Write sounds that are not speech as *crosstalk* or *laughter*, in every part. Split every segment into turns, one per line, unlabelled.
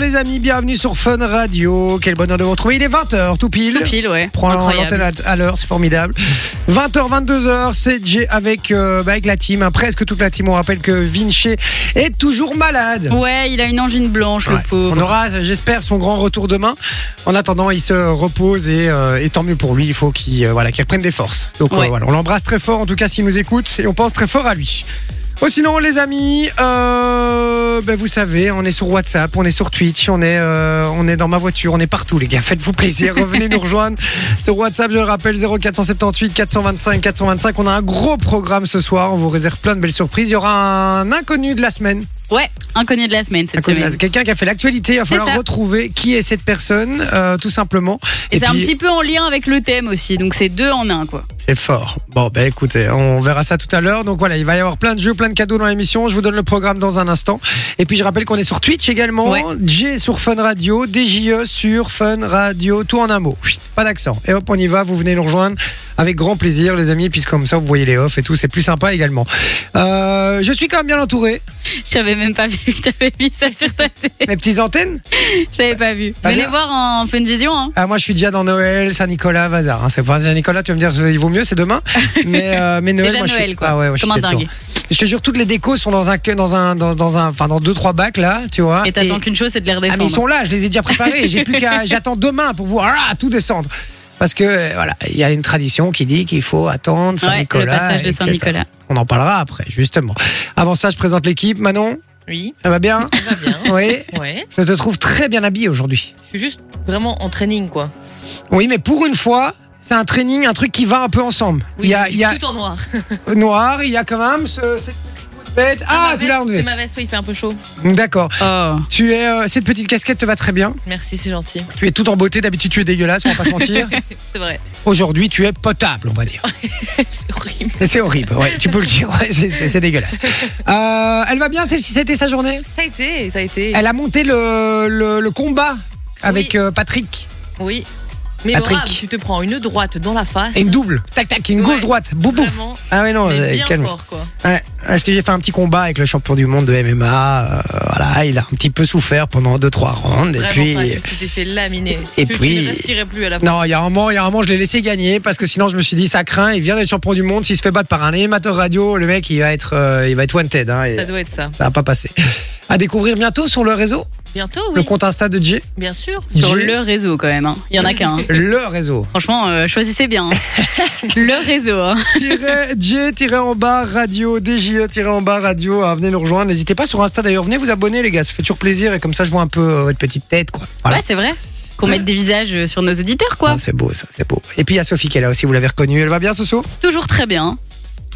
les amis, bienvenue sur Fun Radio. Quel bonheur de vous retrouver. Il est 20h tout pile.
Tout pile, ouais.
Prends l'antenne
Incroyable.
à, à l'heure, c'est formidable. 20h, 22h, c'est Jay avec, euh, bah, avec la team, hein, presque toute la team. On rappelle que Vinci est toujours malade.
Ouais, il a une angine blanche,
Ouais.
le pauvre.
On aura, j'espère, son grand retour demain. En attendant, il se repose et, euh, et tant mieux pour lui. Il faut qu'il euh, voilà, qu'il reprenne des forces. Donc euh,
Ouais.
voilà, on l'embrasse très fort, en tout cas s'il nous écoute, et on pense très fort à lui. Oh, sinon, les amis, euh, ben, vous savez, on est sur WhatsApp, on est sur Twitch, on est, euh, on est dans ma voiture, on est partout, les gars. Faites-vous
*laughs*
plaisir, revenez nous rejoindre sur WhatsApp. Je le rappelle, 0478 425 425. On a un gros programme ce soir. On vous réserve plein de belles surprises. Il y aura un inconnu de la semaine.
Ouais, inconnu de la semaine cette
À cause de la-
semaine.
Quelqu'un qui a fait l'actualité, il va falloir
ça.
retrouver qui est cette personne, euh, tout simplement.
Et, c'est un
puis,
petit peu en lien avec le thème aussi, donc c'est deux en un, quoi.
C'est fort. Bon, ben écoutez, on verra ça tout à l'heure. Donc voilà, il va y avoir plein de jeux, plein de cadeaux dans l'émission. Je vous donne le programme dans un instant. Et puis je rappelle qu'on est sur Twitch également.
Ouais.
J sur Fun Radio, DJE sur Fun Radio, tout en un mot. Chut, Pas d'accent. Et hop, on y va. Vous venez nous rejoindre avec grand plaisir, les amis, puisque comme ça, vous voyez les offs et tout. C'est plus sympa également. Euh, je suis quand même bien entouré.
J'avais même pas *laughs* vu que t'avais mis ça sur ta tête.
Mes petites antennes.
J'avais pas vu.
Pas
Venez
bien.
voir en Fun Vision, hein.
Ah, moi, je suis déjà dans Noël, Saint-Nicolas, Bazar. Hein. C'est pas Saint-Nicolas, tu vas me dire, il vaut mieux, c'est
*laughs*
demain. Mais, euh, mais Noël,
Déjà
moi, je suis-
Noël, quoi.
Ah ouais, ouais, je
Comme un
suis dedans.
dingue.
Je te jure, toutes les décos sont dans un, que- dans un, dans, dans un, enfin, dans deux, trois bacs, là, tu vois.
Et t'attends qu'une chose, c'est de les
Ah, mais ils
redescendre.
sont là, je les ai déjà préparés. J'ai plus qu'à, j'attends demain pour pouvoir, ah, tout descendre. Parce que, euh, voilà, il y a une tradition qui dit qu'il faut attendre
Ouais,
Saint-Nicolas.
le passage de
etc.
Saint-Nicolas.
On en parlera après, justement. Avant ça, je présente l'équipe. Manon,
Oui,
ça va
*laughs*
bien?
ça va
*laughs*
bien.
oui.
Ouais,
Je te trouve très bien habillée aujourd'hui.
je suis juste vraiment en training quoi.
Oui, mais pour une fois, c'est un training, un truc qui va un peu ensemble.
Oui,
il y a,
je
il
suis
y a
tout en noir.
noir, il y a quand même ce, cette petite boule de bête. Ah,
ma
tu
veste,
l'as enlevé.
C'est ma veste, oui, il fait un peu chaud.
D'accord.
Oh.
Tu es euh, cette petite casquette te va très bien.
Merci, c'est gentil.
Tu es tout en beauté. D'habitude, tu es dégueulasse, on va pas se
*laughs*
mentir.
C'est vrai.
Aujourd'hui, tu es potable, on va
*laughs*
dire.
c'est horrible.
Et C'est horrible. Ouais, tu peux le dire. Ouais, c'est- c'est c'est
*laughs*
dégueulasse. Euh, elle va bien. Celle-ci, c'était sa journée.
Ça a été, ça a été.
Elle a monté le, le, le combat avec
Oui.
euh, Patrick.
Oui. Mais
Patrick.
bravo, tu te prends une droite dans la face.
Et une double. Tac tac. Une
Ouais.
gauche droite. Boum boum.
Vraiment,
Ah ouais non.
mais
euh,
bien
calme.
fort quoi.
Ouais, parce que j'ai fait un petit combat avec le champion du monde de MMA. euh, voilà, il a un petit peu souffert pendant 2-3 rounds.
Vraiment
et puis.
pas, tu- tu t'es fait laminer.
Et
Tu-
puis-
Tu ne respirais plus à la fin.
Non, il y a un moment, il y a un moment, je l'ai laissé gagner parce que sinon je me suis dit ça craint. Il vient d'être champion du monde, s'il se fait battre par un animateur radio, le mec il va être, euh, il va être wanted. Hein, et
Ça doit être ça.
ça va pas passer. À découvrir bientôt sur le réseau,
Bientôt,
le
oui.
compte Insta de J,
Bien sûr.
Sur
J-
le réseau, quand même, hein. Il y en a qu'un. hein.
*laughs* le
*laughs*
réseau.
Franchement, euh, choisissez
*laughs*
bien. hein. le réseau, hein.
Tirez J tirez en bas radio, DJE tirez en bas radio. hein, venez nous rejoindre. N'hésitez pas sur Insta d'ailleurs. Venez vous abonner les gars, ça fait toujours plaisir et comme ça je vois un peu euh, votre petite tête quoi. Voilà.
Ouais, c'est vrai. Qu'on mette des visages euh, sur nos auditeurs, quoi.
Ah, c'est beau, ça, c'est beau. Et puis il y a Sophie qui est là aussi, vous l'avez reconnue. Elle va bien, Soso
Toujours très bien.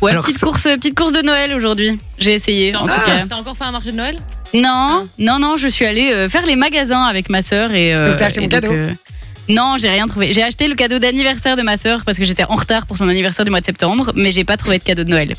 Ouais,
Alors,
petite,
ça-
course, euh, petite course de Noël aujourd'hui. J'ai essayé, en
Ah.
tout cas.
T'as encore fait un marché de Noël
Non, non, non, je suis allée euh, faire les magasins avec ma sœur et. euh,
Donc t'as acheté
et
mon
donc,
cadeau
euh, Non, j'ai rien trouvé. J'ai acheté le cadeau d'anniversaire de ma sœur parce que j'étais en retard pour son anniversaire du mois de septembre, mais j'ai pas trouvé de cadeau de Noël.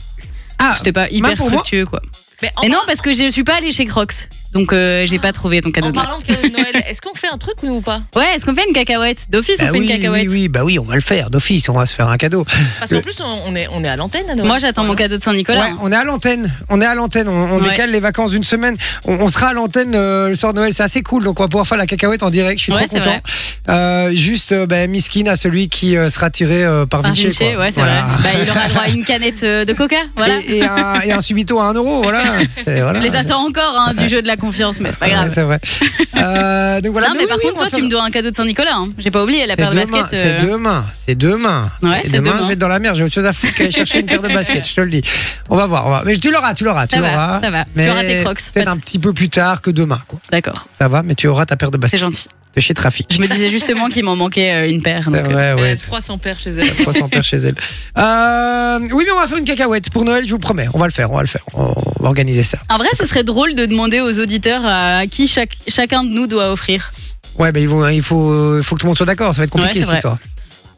Ah,
C'était pas hyper
pour moi
fructueux, quoi.
Mais en,
Mais non, parce que je suis pas allée chez Crocs, donc euh, j'ai pas trouvé ton cadeau
en
de Noël.
parlant de cadeau de Noël, *laughs* est-ce qu'on fait un truc nous, ou pas
Ouais, est-ce qu'on fait une cacahuète D'office, on
Bah
fait
oui,
une
oui,
cacahuète.
oui, bah oui, on va le faire d'office, on va se faire un cadeau.
Parce
Le-
qu'en plus, on- on est, on est à l'antenne à Noël.
Moi, j'attends mon cadeau de Saint-Nicolas. hein.
Ouais, on est à l'antenne, on est à l'antenne, on, on
Ouais.
décale les vacances d'une semaine, on, on sera à l'antenne euh, le soir de Noël, c'est assez cool, donc on va pouvoir faire la cacahuète en direct, je suis
Ouais,
trop
c'est
content.
vrai.
Euh, juste, euh, bah, miskin à celui qui euh, sera tiré euh, par
Par
Vinci.
Vinci,
quoi.
ouais, c'est
Voilà.
vrai. Bah, il aura droit à une canette euh, de coca, voilà.
Et, et un, et un subito à 1 euro,
*laughs*
voilà. C'est- voilà,
Je les
c'est-
attends encore hein, du jeu de la confiance, mais c'est pas
Ouais,
grave.
c'est vrai. Euh, donc voilà.
non, mais
oui,
par
oui, on
contre,
va
toi,
faire-
tu me dois un cadeau de Saint-Nicolas. hein. J'ai pas oublié la paire de
C'est demain,
baskets.
c'est
euh,
demain, c'est demain.
Ouais,
Et
c'est
demain,
demain.
je vais être dans la mer, j'ai autre chose à foutre
*laughs*
qu'aller chercher une paire de baskets, je te le dis. On va voir, on va. Mais tu l'auras, tu l'auras, tu
Ça va,
l'auras.
ça va. Tu
Mais
auras tes Crocs,
Peut-être
pas de
un
souci.
petit peu plus tard que demain, quoi.
D'accord,
Ça va, mais tu auras ta paire de
c'est
baskets
gentil.
de chez Trafic.
Je me disais justement qu'il m'en manquait euh, une paire.
C'est
donc, euh,
vrai,
Elle
Ah
a
ouais.
300 paires chez elle.
*laughs*
300 paires chez elle. Euh, oui, mais on va faire une cacahuète pour Noël, je vous le promets. On va le faire, on va le faire. On va organiser ça.
En vrai, ce serait drôle de demander aux auditeurs euh, à qui chaque- chacun de nous doit offrir.
Ouais, ben il faut, il faut, il faut que tout le monde soit d'accord. Ça va être
Ouais,
compliqué
c'est
cette
vrai.
histoire.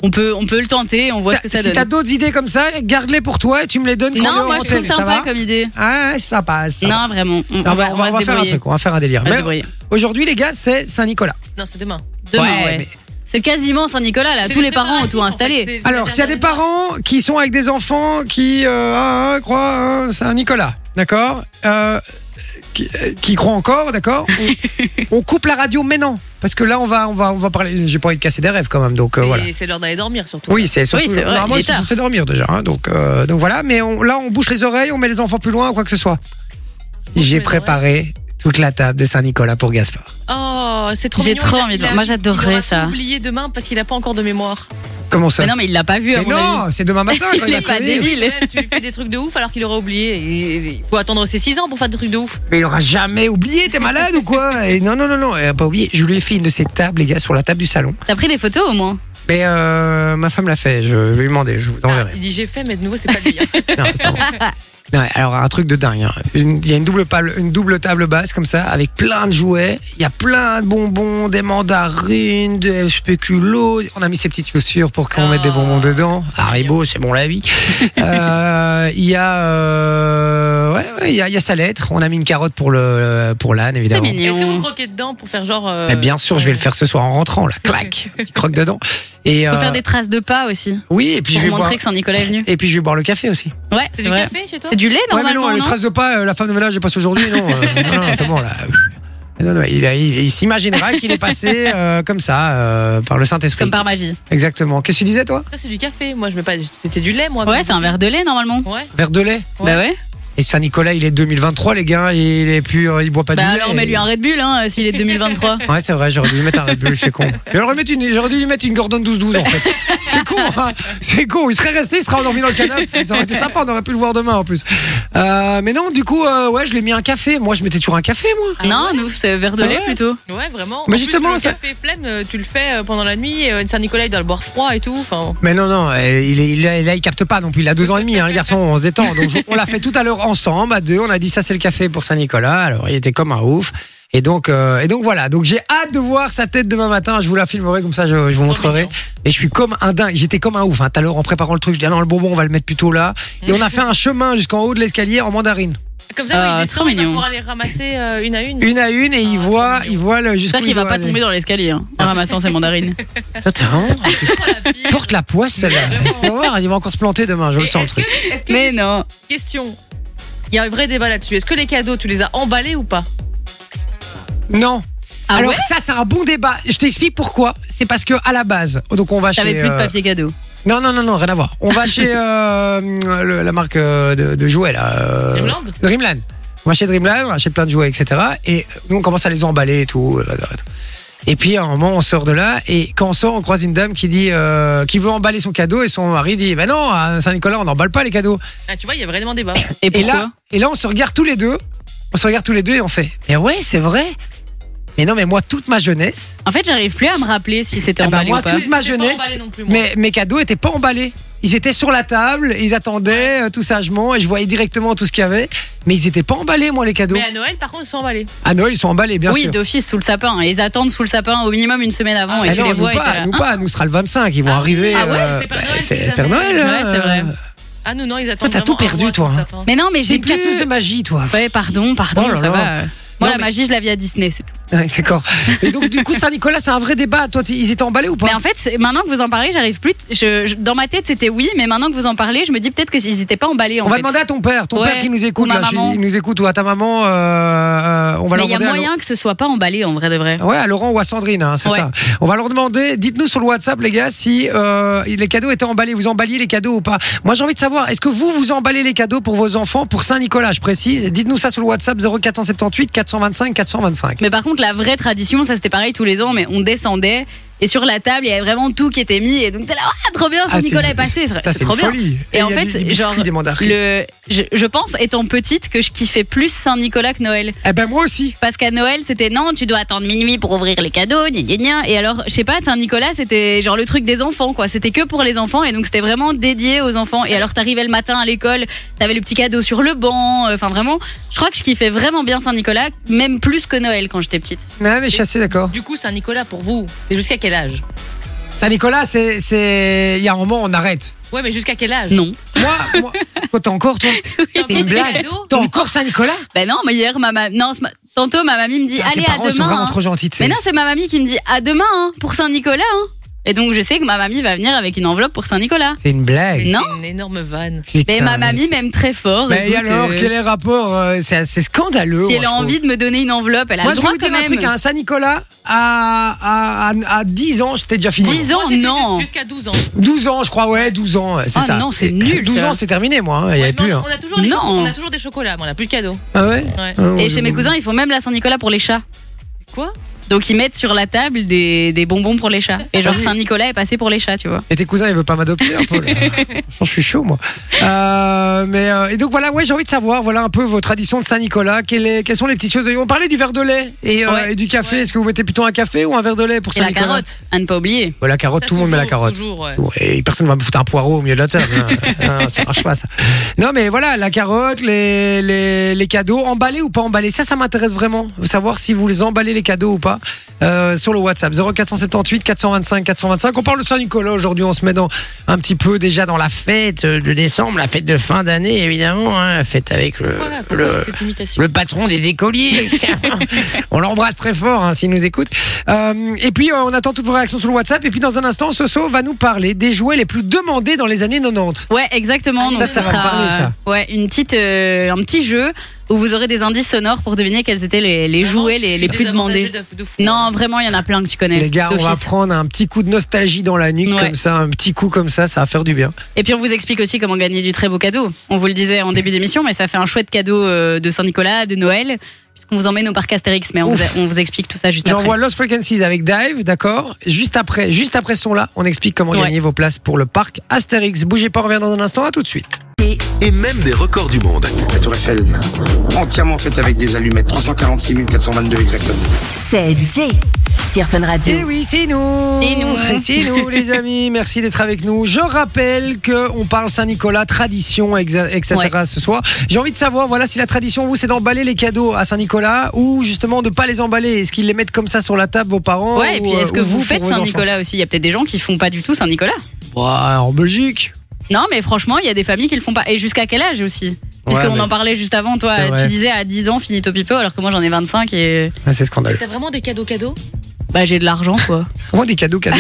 On peut, on peut le tenter, on voit
Si
ce que
t'as-
ça
si t'as
donne.
d'autres idées comme ça, garde-les pour toi et tu me les donnes. quand on est
Non,
en
moi, je
antenne,
trouve
ça
sympa
va
comme idée.
Ah, ça passe. ça va.
Non, vraiment. On,
Non, bah,
on va, on va se
faire un
débrouiller.
truc, on va faire un délire.
On va se
Mais
débrouiller.
Aujourd'hui, les gars, c'est Saint-Nicolas.
Non, c'est demain.
Demain,
Ouais,
ouais.
mais-
C'est quasiment Saint-Nicolas, là.
C'est
Tous les
préparatifs,
parents ont tout
en fait,
installé.
c'est- c'est
Alors,
les
s'il y a des
derniers mois.
parents qui sont avec des enfants qui euh, ah, ah, croient hein, Saint-Nicolas, d'accord Euh, qui, euh, qui croient encore, d'accord
*laughs*
on, on coupe la radio maintenant. Parce que là, on va, on va, on va parler. J'ai pas envie de casser des rêves quand même, donc euh, voilà.
Et c'est l'heure d'aller dormir surtout.
Oui, c'est surtout.
c'est vrai,
normalement,
il est
ils sont
tard.
censés dormir déjà. hein, donc, euh, donc voilà, mais on- là, on bouche les oreilles, on met les enfants plus loin ou quoi que ce soit.
Bouche
J'ai
les
préparé toute la table des Saint-Nicolas pour Gaspard.
Oh, c'est trop
J'ai
mignon,
trop
il a-
envie de
il a-
voir. Moi, j'adorerais
il aura
ça.
tout oublié demain parce qu'il a pas encore
*laughs*
de mémoire.
Comment ça
Mais non, mais il l'a pas vu à
Mais
mon
*laughs*
avis.
non, c'est demain matin. quand
Il
va
est pas
se lever.
débile. Il est-
Ouais, tu lui fais des trucs de ouf alors qu'il aura oublié. Et- et- Il faut attendre ses 6 ans pour faire des trucs de ouf.
Mais il aura jamais oublié, t'es malade ou quoi Et Non, non, non, non, elle a pas oublié. Je lui ai fait une de ces tables, les gars, sur la table du salon.
T'as pris des photos au moins
Mais euh, ma femme l'a fait, je lui ai demandé, je vous
Ah,
enverrai.
il dit j'ai fait, mais de nouveau, c'est pas
*laughs*
lui. hein.
Non, c'est pas vrai. Non, alors un truc de dingue. hein. Une- Il y a une double, table, une double table basse comme ça, avec plein de jouets. Il y a plein de bonbons, des mandarines, des spéculoos. On a mis ces petites chaussures pour qu'on
Ah.
mette des bonbons dedans. Haribo, c'est bon la
*laughs*
vie. Euh, Il y a, euh, ouais, ouais, il y a, il y a sa lettre. On a mis une carotte pour le pour l'âne
C'est
évidemment.
mignon.
Est-ce que vous croquez dedans pour faire genre. euh,
Mais bien sûr, je vais le faire ce soir en rentrant, là, clac, un petit croque dedans. Et
Faut
euh,
faire des traces de pas aussi.
oui, et puis je
Pour
vais boire.
montrer que Saint-Nicolas
*laughs*
est venu.
Et puis je vais boire le café aussi.
Ouais,
C'est
c'est
du
vrai.
café chez toi
C'est du lait
Ouais, mais non,
normalement.
les
non
traces de pas, euh, la femme de ménage, elle passe aujourd'hui, non,
*laughs*
euh, non, non, c'est bon, là. Non, non, il, a- il- il s'imaginera qu'il est passé euh, comme ça, euh, par le Saint-Esprit.
Comme par magie.
Exactement. Qu'est-ce que tu disais, toi
Toi, c'est du café. Moi, je mets pas. C'est c'est du lait, moi.
Ouais, c'est un verre de lait normalement.
Ouais.
Verre de lait.
Ouais.
Bah ouais.
Et Saint-Nicolas, il est 2023, les gars, il est plus, euh, il boit pas
Bah
de lait.
alors mets-lui un Red Bull hein, euh, s'il est
*laughs*
de 2023.
Ouais, c'est vrai, j'aurais dû lui mettre un Red Bull, c'est con. J'aurais dû, lui mettre une- j'aurais dû lui mettre une Gordon 12-12, en fait. C'est con, hein C'est con. Il serait resté, il serait endormi dans le canapé. Ça aurait été sympa, on aurait pu le voir demain, en plus. Euh, mais non, du coup, euh, ouais, je lui ai mis un café. Moi, je mettais toujours un café, moi.
Ah
non, nous c'est verre de
Ah
lait
ouais
plutôt.
Ouais, vraiment.
Mais
En
justement,
plus, le
ça-
café flemme, euh, tu le fais euh, pendant la nuit. euh, Saint-Nicolas, il doit le boire froid et tout. Enfin,
Mais non, non, euh, il est, il est- là, il capte pas non plus. Il a deux ans et demi, hein, le garçon, on se détend. Donc, je- on l'a fait tout à l'heure ensemble, à deux. On a dit ça, c'est le café pour Saint-Nicolas. Alors, il était comme un ouf. Et donc, euh, et donc voilà. Donc, j'ai hâte de voir sa tête demain matin. Je vous la filmerai, comme ça, je, je vous montrerai.
mignon.
Et je suis comme un dingue. J'étais comme un ouf. hein. Tout à l'heure, en préparant le truc, je dis, ah non, le bonbon, on va le mettre plutôt là. Et on a fait un chemin jusqu'en haut de l'escalier en mandarine.
comme ça,
Ah,
il
trop
descend, il va
mignon.
pouvoir aller ramasser euh, une à une.
Une à une, et
Ah,
il voit, il voit le, jusqu'où
J'espère qu'il
il
va
doit
pas
aller. Ah.
tomber dans l'escalier hein, en ramassant
*laughs*
ses mandarines.
Ça, t'es vraiment- tu
La pire.
portes la poisse,
*laughs*
celle-là.
Mais vraiment.
Tu vas voir, il va encore se planter demain. Je
Et
le sens, le truc.
Est-ce que, est-ce que-
Mais non.
question, il y a un vrai débat là-dessus. Est-ce que les cadeaux, tu les as emballés ou pas
Non.
Ah
Alors
ouais
ça c'est un bon débat. Je t'explique pourquoi. C'est parce que à la base, donc on va chez.
T'avais plus de
euh,
papier cadeau.
Non non non non rien à voir. On va
*laughs*
chez euh, le- la marque euh, de, de jouets là. euh,
Dreamland
Dreamland. On va chez Dreamland, on achète plein de jouets etc. Et nous on commence à les emballer et tout. euh, et tout. Et puis à un moment on sort de là et quand on sort on croise une dame qui dit euh, qui veut emballer son cadeau et son mari dit ben non à Saint-Nicolas on n'emballe pas les cadeaux.
Ah, tu vois, il y a
*coughs*
vraiment débat.
Et
Et
pourquoi
là, et là, on se regarde tous les deux. On se regarde tous les deux et on fait. Mais ouais, c'est vrai. Mais non, mais moi, toute ma jeunesse,
En fait, j'arrive plus à me rappeler si c'était
eh ben,
emballé
moi,
ou pas.
toute ma
J'étais pas
jeunesse,
emballée non plus, moi.
mes, mes cadeaux étaient pas emballés. Ils étaient sur la table, ils attendaient euh, tout sagement et je voyais directement tout ce qu'il y avait. Mais ils étaient pas emballés, moi, les cadeaux.
Mais à Noël, par contre, ils sont emballés.
Ah Noël, ils sont emballés, bien
euh, oui,
sûr.
d'office sous le sapin. Et Ils attendent sous le sapin au minimum une semaine avant et
Ah
tu
non,
les
nous
vois. et t'es
pas,
là,
nous
hein
pas, nous ce sera le 25, ils vont
Ah oui,
arriver.
ah ouais,
euh,
c'est Père
bah,
Noël
c'est Père
qui les a
Noël.
mis.
Ouais,
hein,
c'est vrai.
euh,
Ah non, non, ils attendent.
t'as
vraiment
tout
un
perdu,
mois
toi,
sur le
hein.
sapin.
mais non, mais
J'ai
j'ai
une casseuse de magie,
*laughs*
toi.
Ouais, pardon, pardon,
Oh là
ça
là.
va. Moi,
Non,
la
mais-
magie, je la vis à Disney, c'est tout.
Ouais, D'accord. Et donc, du coup, Saint-Nicolas, c'est un vrai débat. Toi, t- ils étaient emballés ou pas
Mais en fait, c'est- maintenant que vous en parlez, j'arrive plus. t- je- je- dans ma tête, c'était oui, mais maintenant que vous en parlez, je me dis peut-être qu'ils n'étaient pas emballés. En
On va
fait.
demander à ton père, ton
Ouais,
père qui nous écoute,
ou ma
là,
maman.
il nous écoute ou à ta maman, euh, euh, on va
mais
leur
il y a
demander. à Oh.
moyen que ce soit pas emballé en vrai de vrai.
Lo- Ouais, à Laurent ou à Sandrine, hein, c'est
Ouais.
ça. On va leur demander, dites-nous sur le WhatsApp, les gars, si euh, les cadeaux étaient emballés. Vous emballiez les cadeaux ou pas Moi, j'ai envie de savoir, est-ce que vous, vous emballez les cadeaux pour vos enfants, pour Saint-Nicolas, je précise Dites-nous ça sur le WhatsApp 0478 425 425.
Mais par contre, la vraie tradition, ça c'était pareil tous les ans, mais on descendait et sur la table, il y avait vraiment tout qui était mis. Et donc, t'es là, ah, trop bien,
Ah, c'est
Saint-Nicolas
une-
est passé. C'est
ça,
c'est trop
une
bien.
folie.
Et en
il y a
fait,
du- du biscuit,
genre,
des mandarines.
Le, je, je pense, étant petite, que je kiffais plus Saint-Nicolas que Noël.
Eh ben, moi aussi.
Parce qu'à Noël, c'était non, tu dois attendre minuit pour ouvrir les cadeaux, gna gna gna. Et alors, je sais pas, Saint-Nicolas, c'était genre le truc des enfants, quoi. C'était que pour les enfants, et donc c'était vraiment dédié aux enfants. Et alors, t'arrivais le matin à l'école, t'avais le petit cadeau sur le banc. euh, Enfin, vraiment, je crois que je kiffais vraiment bien Saint-Nicolas, même plus que Noël quand j'étais petite.
Ouais, mais je suis assez d'accord.
Du coup, Saint-Nicolas, pour vous, c'est jusqu'à quel âge
Saint-Nicolas, c'est. c'est- Il y a un moment, on arrête.
Ouais, mais jusqu'à quel âge
Non.
Moi, moi. Toi, t'es encore,
*laughs*
toi
T'as
C'est une
encore des
blague.
cadeaux
T'as encore Saint-Nicolas
Ben non, mais hier, ma mamie. Non, ce ma- tantôt, ma mamie me dit,
Ah,
allez,
Tes
à
parents sont
demain.
vraiment
hein.
trop gentils, tu sais.
Mais non, c'est ma mamie qui me dit à demain hein, pour Saint-Nicolas. hein. Et donc, je sais que ma mamie va venir avec une enveloppe pour Saint-Nicolas.
C'est une blague.
Non.
C'est Une énorme vanne.
Mais
Putain,
ma mamie m'aime très fort.
Mais et
écoute,
alors,
euh,
quel est le rapport euh, C'est c'est scandaleux.
Si
moi,
elle
je
a
trouve.
envie de me donner une enveloppe, elle a
Moi,
le
je vais
droit
vous
quand
dire un
même.
truc, hein. Saint-Nicolas, à, à, à, à 10 ans, c'était déjà fini.
10 ans,
Moi, c'était
non.
Jusqu'à 12 ans.
12 ans, je crois, ouais, 12 ans, c'est
Ah
ça.
non, c'est
Et-
nul,
12
ça.
ans, c'était terminé, moi, hein, il n'y avait
Ouais, mais
plus.
on,
hein.
on a toujours les
Non.
cho- on a toujours des chocolats, mais on n'a plus le cadeau.
Ah ouais
Ouais.
Ah ouais,
Et chez mes
non.
cousins, ils font même la Saint-Nicolas pour les chats.
Quoi
Donc ils mettent sur la table des, des bonbons pour les chats. Et genre Saint-Nicolas est passé pour les chats, tu vois.
Et tes cousins, ils veulent pas m'adopter, un peu
*laughs*
là. Franchement, Je suis chaud, moi. Euh, mais, euh, et donc, voilà, ouais, j'ai envie de savoir, voilà un peu vos traditions de Saint-Nicolas. Quelle est- quelles sont les petites choses On parlait du verre de lait et, euh,
Ouais.
et du café. Est-ce que vous mettez plutôt un café ou un verre de lait pour
Et la
Saint-Nicolas
carotte, à ne pas oublier.
Ouais, la carotte,
Ça,
Oh, tout le monde met la
toujours,
carotte.
Toujours, ouais.
Et personne va me foutre un poireau au milieu de la table. hein. Non, ça marche pas ça. Non mais voilà, la carotte, les, les, les cadeaux, emballés ou pas emballés, ça ça m'intéresse vraiment. Savoir si vous les emballez les cadeaux ou pas euh, sur le WhatsApp 0478 425 425. On parle de Saint-Nicolas aujourd'hui, on se met dans un petit peu déjà dans la fête euh, de décembre, la fête de fin d'année évidemment, hein, la fête avec le,
Pourquoi,
le-
pourquoi cette imitation
le patron des
*laughs*
écoliers. on l'embrasse très fort hein, s'il nous écoute. Euh, et puis, euh, on attend toutes vos réactions sur le WhatsApp. Et puis, dans un instant, Soso va nous parler des jouets les plus demandés dans les années 90.
Ouais, exactement.
Ah,
Donc
ça,
ce
ça va
sera
me parler, ça.
euh, ouais, une petite, euh, un petit jeu où vous aurez des indices sonores pour deviner quels étaient les, les jouets les, les plus demandés.
hein.
Non, vraiment, il y en a plein que tu connais.
Les gars, on va
d'office.
prendre un petit coup de nostalgie dans la nuque,
Ouais.
comme ça, un petit coup comme ça, ça va faire du bien.
Et puis on vous explique aussi comment gagner du très beau cadeau. On vous le disait en début d'émission, mais ça fait un chouette cadeau euh, de Saint-Nicolas, de Noël, puisqu'on vous emmène au parc Astérix. Mais on,
Ouf.
vous, on vous explique tout ça juste après.
J'envoie Lost Frequencies avec Dive, d'accord Juste après, juste après son là, on explique comment
Ouais.
gagner vos places pour le parc Astérix. Bougez pas, on revient dans un instant, à tout de suite.
et même des records du monde.
La tour Eiffel, entièrement faite avec des allumettes, 346 422 exactement.
C'est Jay sur Fun Radio.
Eh oui, c'est nous.
C'est nous.
*laughs* C'est nous, les
*laughs*
amis. Merci d'être avec nous. Je rappelle que on parle Saint-Nicolas, tradition, exa- etc. ce soir. J'ai envie de savoir, voilà, si la tradition, vous, c'est d'emballer les cadeaux à Saint-Nicolas ou justement de pas les emballer. Est-ce qu'ils les mettent comme ça sur la table, vos parents
Ouais, et puis
ou, euh,
est-ce que
ou
vous,
pour
faites
vos
Saint-Nicolas aussi Il y a peut-être des gens qui font pas du tout Saint-Nicolas.
enfants Bah, En Belgique.
Non, mais franchement, il y a des familles qui le font pas. Et jusqu'à quel âge aussi
Ouais,
Puisqu'on
mais
en parlait juste avant,
c'est
toi,
vrai.
tu disais à 10 ans, finito pipo, alors que moi j'en ai 25 et
Ah, c'est scandaleux.
T'as vraiment des cadeaux cadeaux
bah j'ai de l'argent quoi.
Vraiment des cadeaux,
*laughs*
cadeaux.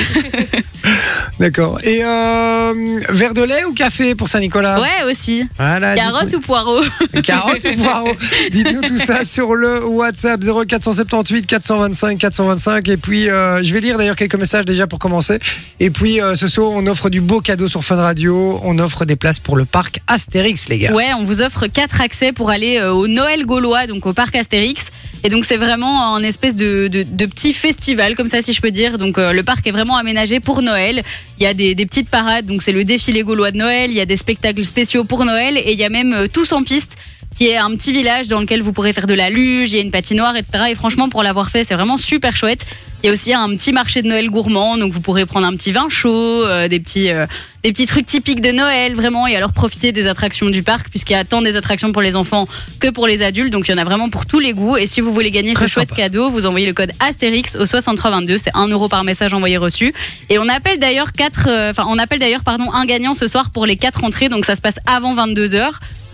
D'accord. Et euh, verre de lait ou café pour Saint-Nicolas
Ouais, aussi.
Voilà, dites-moi.
Carotte ou poireau
Carotte ou
*laughs*
poireau Dites-nous tout ça sur le WhatsApp 0478 425 425. Et puis, euh, je vais lire d'ailleurs quelques messages déjà pour commencer. Et puis, euh, ce soir, on offre du beau cadeau sur Fun Radio. On offre des places pour le parc Astérix, les gars.
Ouais, on vous offre quatre accès pour aller euh, au Noël gaulois, donc au parc Astérix. Et donc c'est vraiment un espèce de, de, de petit festival, comme ça si je peux dire. Donc euh, le parc est vraiment aménagé pour Noël. Il y a des, des petites parades, donc c'est le défilé gaulois de Noël, il y a des spectacles spéciaux pour Noël, et il y a même euh, tous en piste, qui est un petit village dans lequel vous pourrez faire de la luge, il y a une patinoire, etc. Et franchement, pour l'avoir fait, c'est vraiment super chouette. Il y a aussi un petit marché de Noël gourmand, donc vous pourrez prendre un petit vin chaud, euh, des petits... euh, des petits trucs typiques de Noël, vraiment, et alors profiter des attractions du parc, puisqu'il y a tant des attractions pour les enfants que pour les adultes, donc il y en a vraiment pour tous les goûts. Et si vous voulez gagner
Très
ce chouette
sympa.
cadeau, vous envoyez le code Astérix au 6322, c'est 1 euro par message envoyé reçu. Et on appelle d'ailleurs quatre, euh, enfin on appelle d'ailleurs pardon un gagnant ce soir pour les quatre entrées, donc ça se passe avant 22 h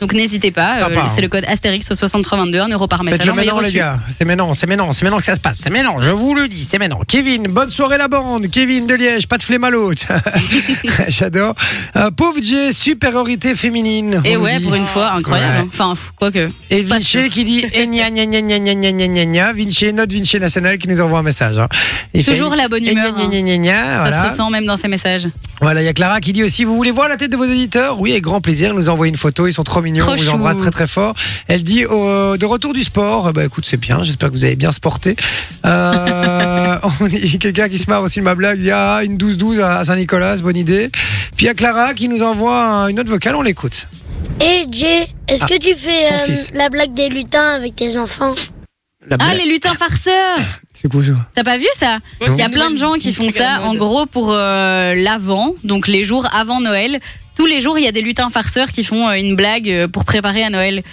donc n'hésitez pas,
Sympa, hein.
c'est le code Astérix au 6322, 1 euro par message
Faites-le
envoyé
maintenant, les
reçu.
gars. C'est maintenant, c'est maintenant, c'est maintenant que ça se passe. C'est maintenant, je vous le dis, c'est maintenant. Kevin, bonne soirée la bande. Kevin de Liège, pas de flemme à
*laughs*
l'autre. *laughs* J'adore. Euh, pauvre J, supériorité féminine.
Et
on nous
ouais,
dit.
pour une fois, incroyable.
Ouais.
hein. Enfin, quoique.
Et
Pas
Vinci
sûr.
qui
*laughs*
dit eh, gna, gna, gna, gna, gna, gna, gna, gna, gna. Vinci, notre Vinci national qui nous envoie un message. hein. Il fait,
Toujours la bonne
eh,
humeur.
gna,
hein.
gna, gna, gna,
Ça se
voilà.
ressent même dans ces messages.
Voilà, il y a Clara qui dit aussi Vous voulez voir la tête de vos éditeurs Oui, avec grand plaisir. Nous envoie une photo. Ils sont trop mignons.
Trop
on vous
chou.
embrasse très très fort. Elle dit euh, De retour du sport. Euh, Bah écoute, c'est bien. J'espère que vous avez bien sporté. Euh,
*laughs*
on dit- Quelqu'un qui se marre aussi de ma blague. Il y a une 12-12 à Saint-Nicolas. Bonne idée. Puis il y a Clara qui nous envoie une autre vocale. On l'écoute.
Et Jay, est-ce
Ah,
que tu fais
son
euh,
fils.
la blague des lutins avec tes enfants
La
Ah,
blague.
les lutins farceurs
C'est cool. ça.
T'as pas vu ça
Ouais,
Il y
c'est
a
une
plein de
nouvelle-
gens qui
une
font
nouvelle
ça,
mode.
en gros, pour euh, l'avant, donc les jours avant Noël. Tous les jours, il y a des lutins farceurs qui font euh, une blague euh, pour préparer à Noël.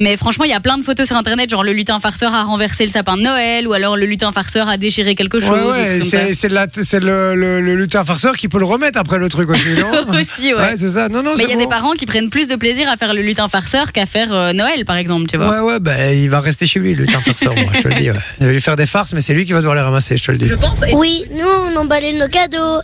Mais franchement, il y a plein de photos sur internet, genre le lutin farceur a renversé le sapin de Noël, ou alors le lutin farceur a déchiré quelque chose.
Ouais,
des
ouais,
trucs
c'est c'est de la- c'est le, le, le lutin farceur qui peut le remettre après le truc aussi, non
comme ça. *laughs* *laughs* Aussi, ouais.
Ouais, c'est ça. Non, non,
Mais
c'est
il y a
bon.
des parents qui prennent plus de plaisir à faire le lutin farceur qu'à faire euh, Noël, par exemple, tu vois.
Ouais, ouais, bah, il va rester chez lui, le lutin farceur, moi, je te le dis. ouais. Il va lui faire des farces, mais c'est lui qui va devoir les ramasser, je te le dis.
pense.
Oui, nous on emballait nos cadeaux.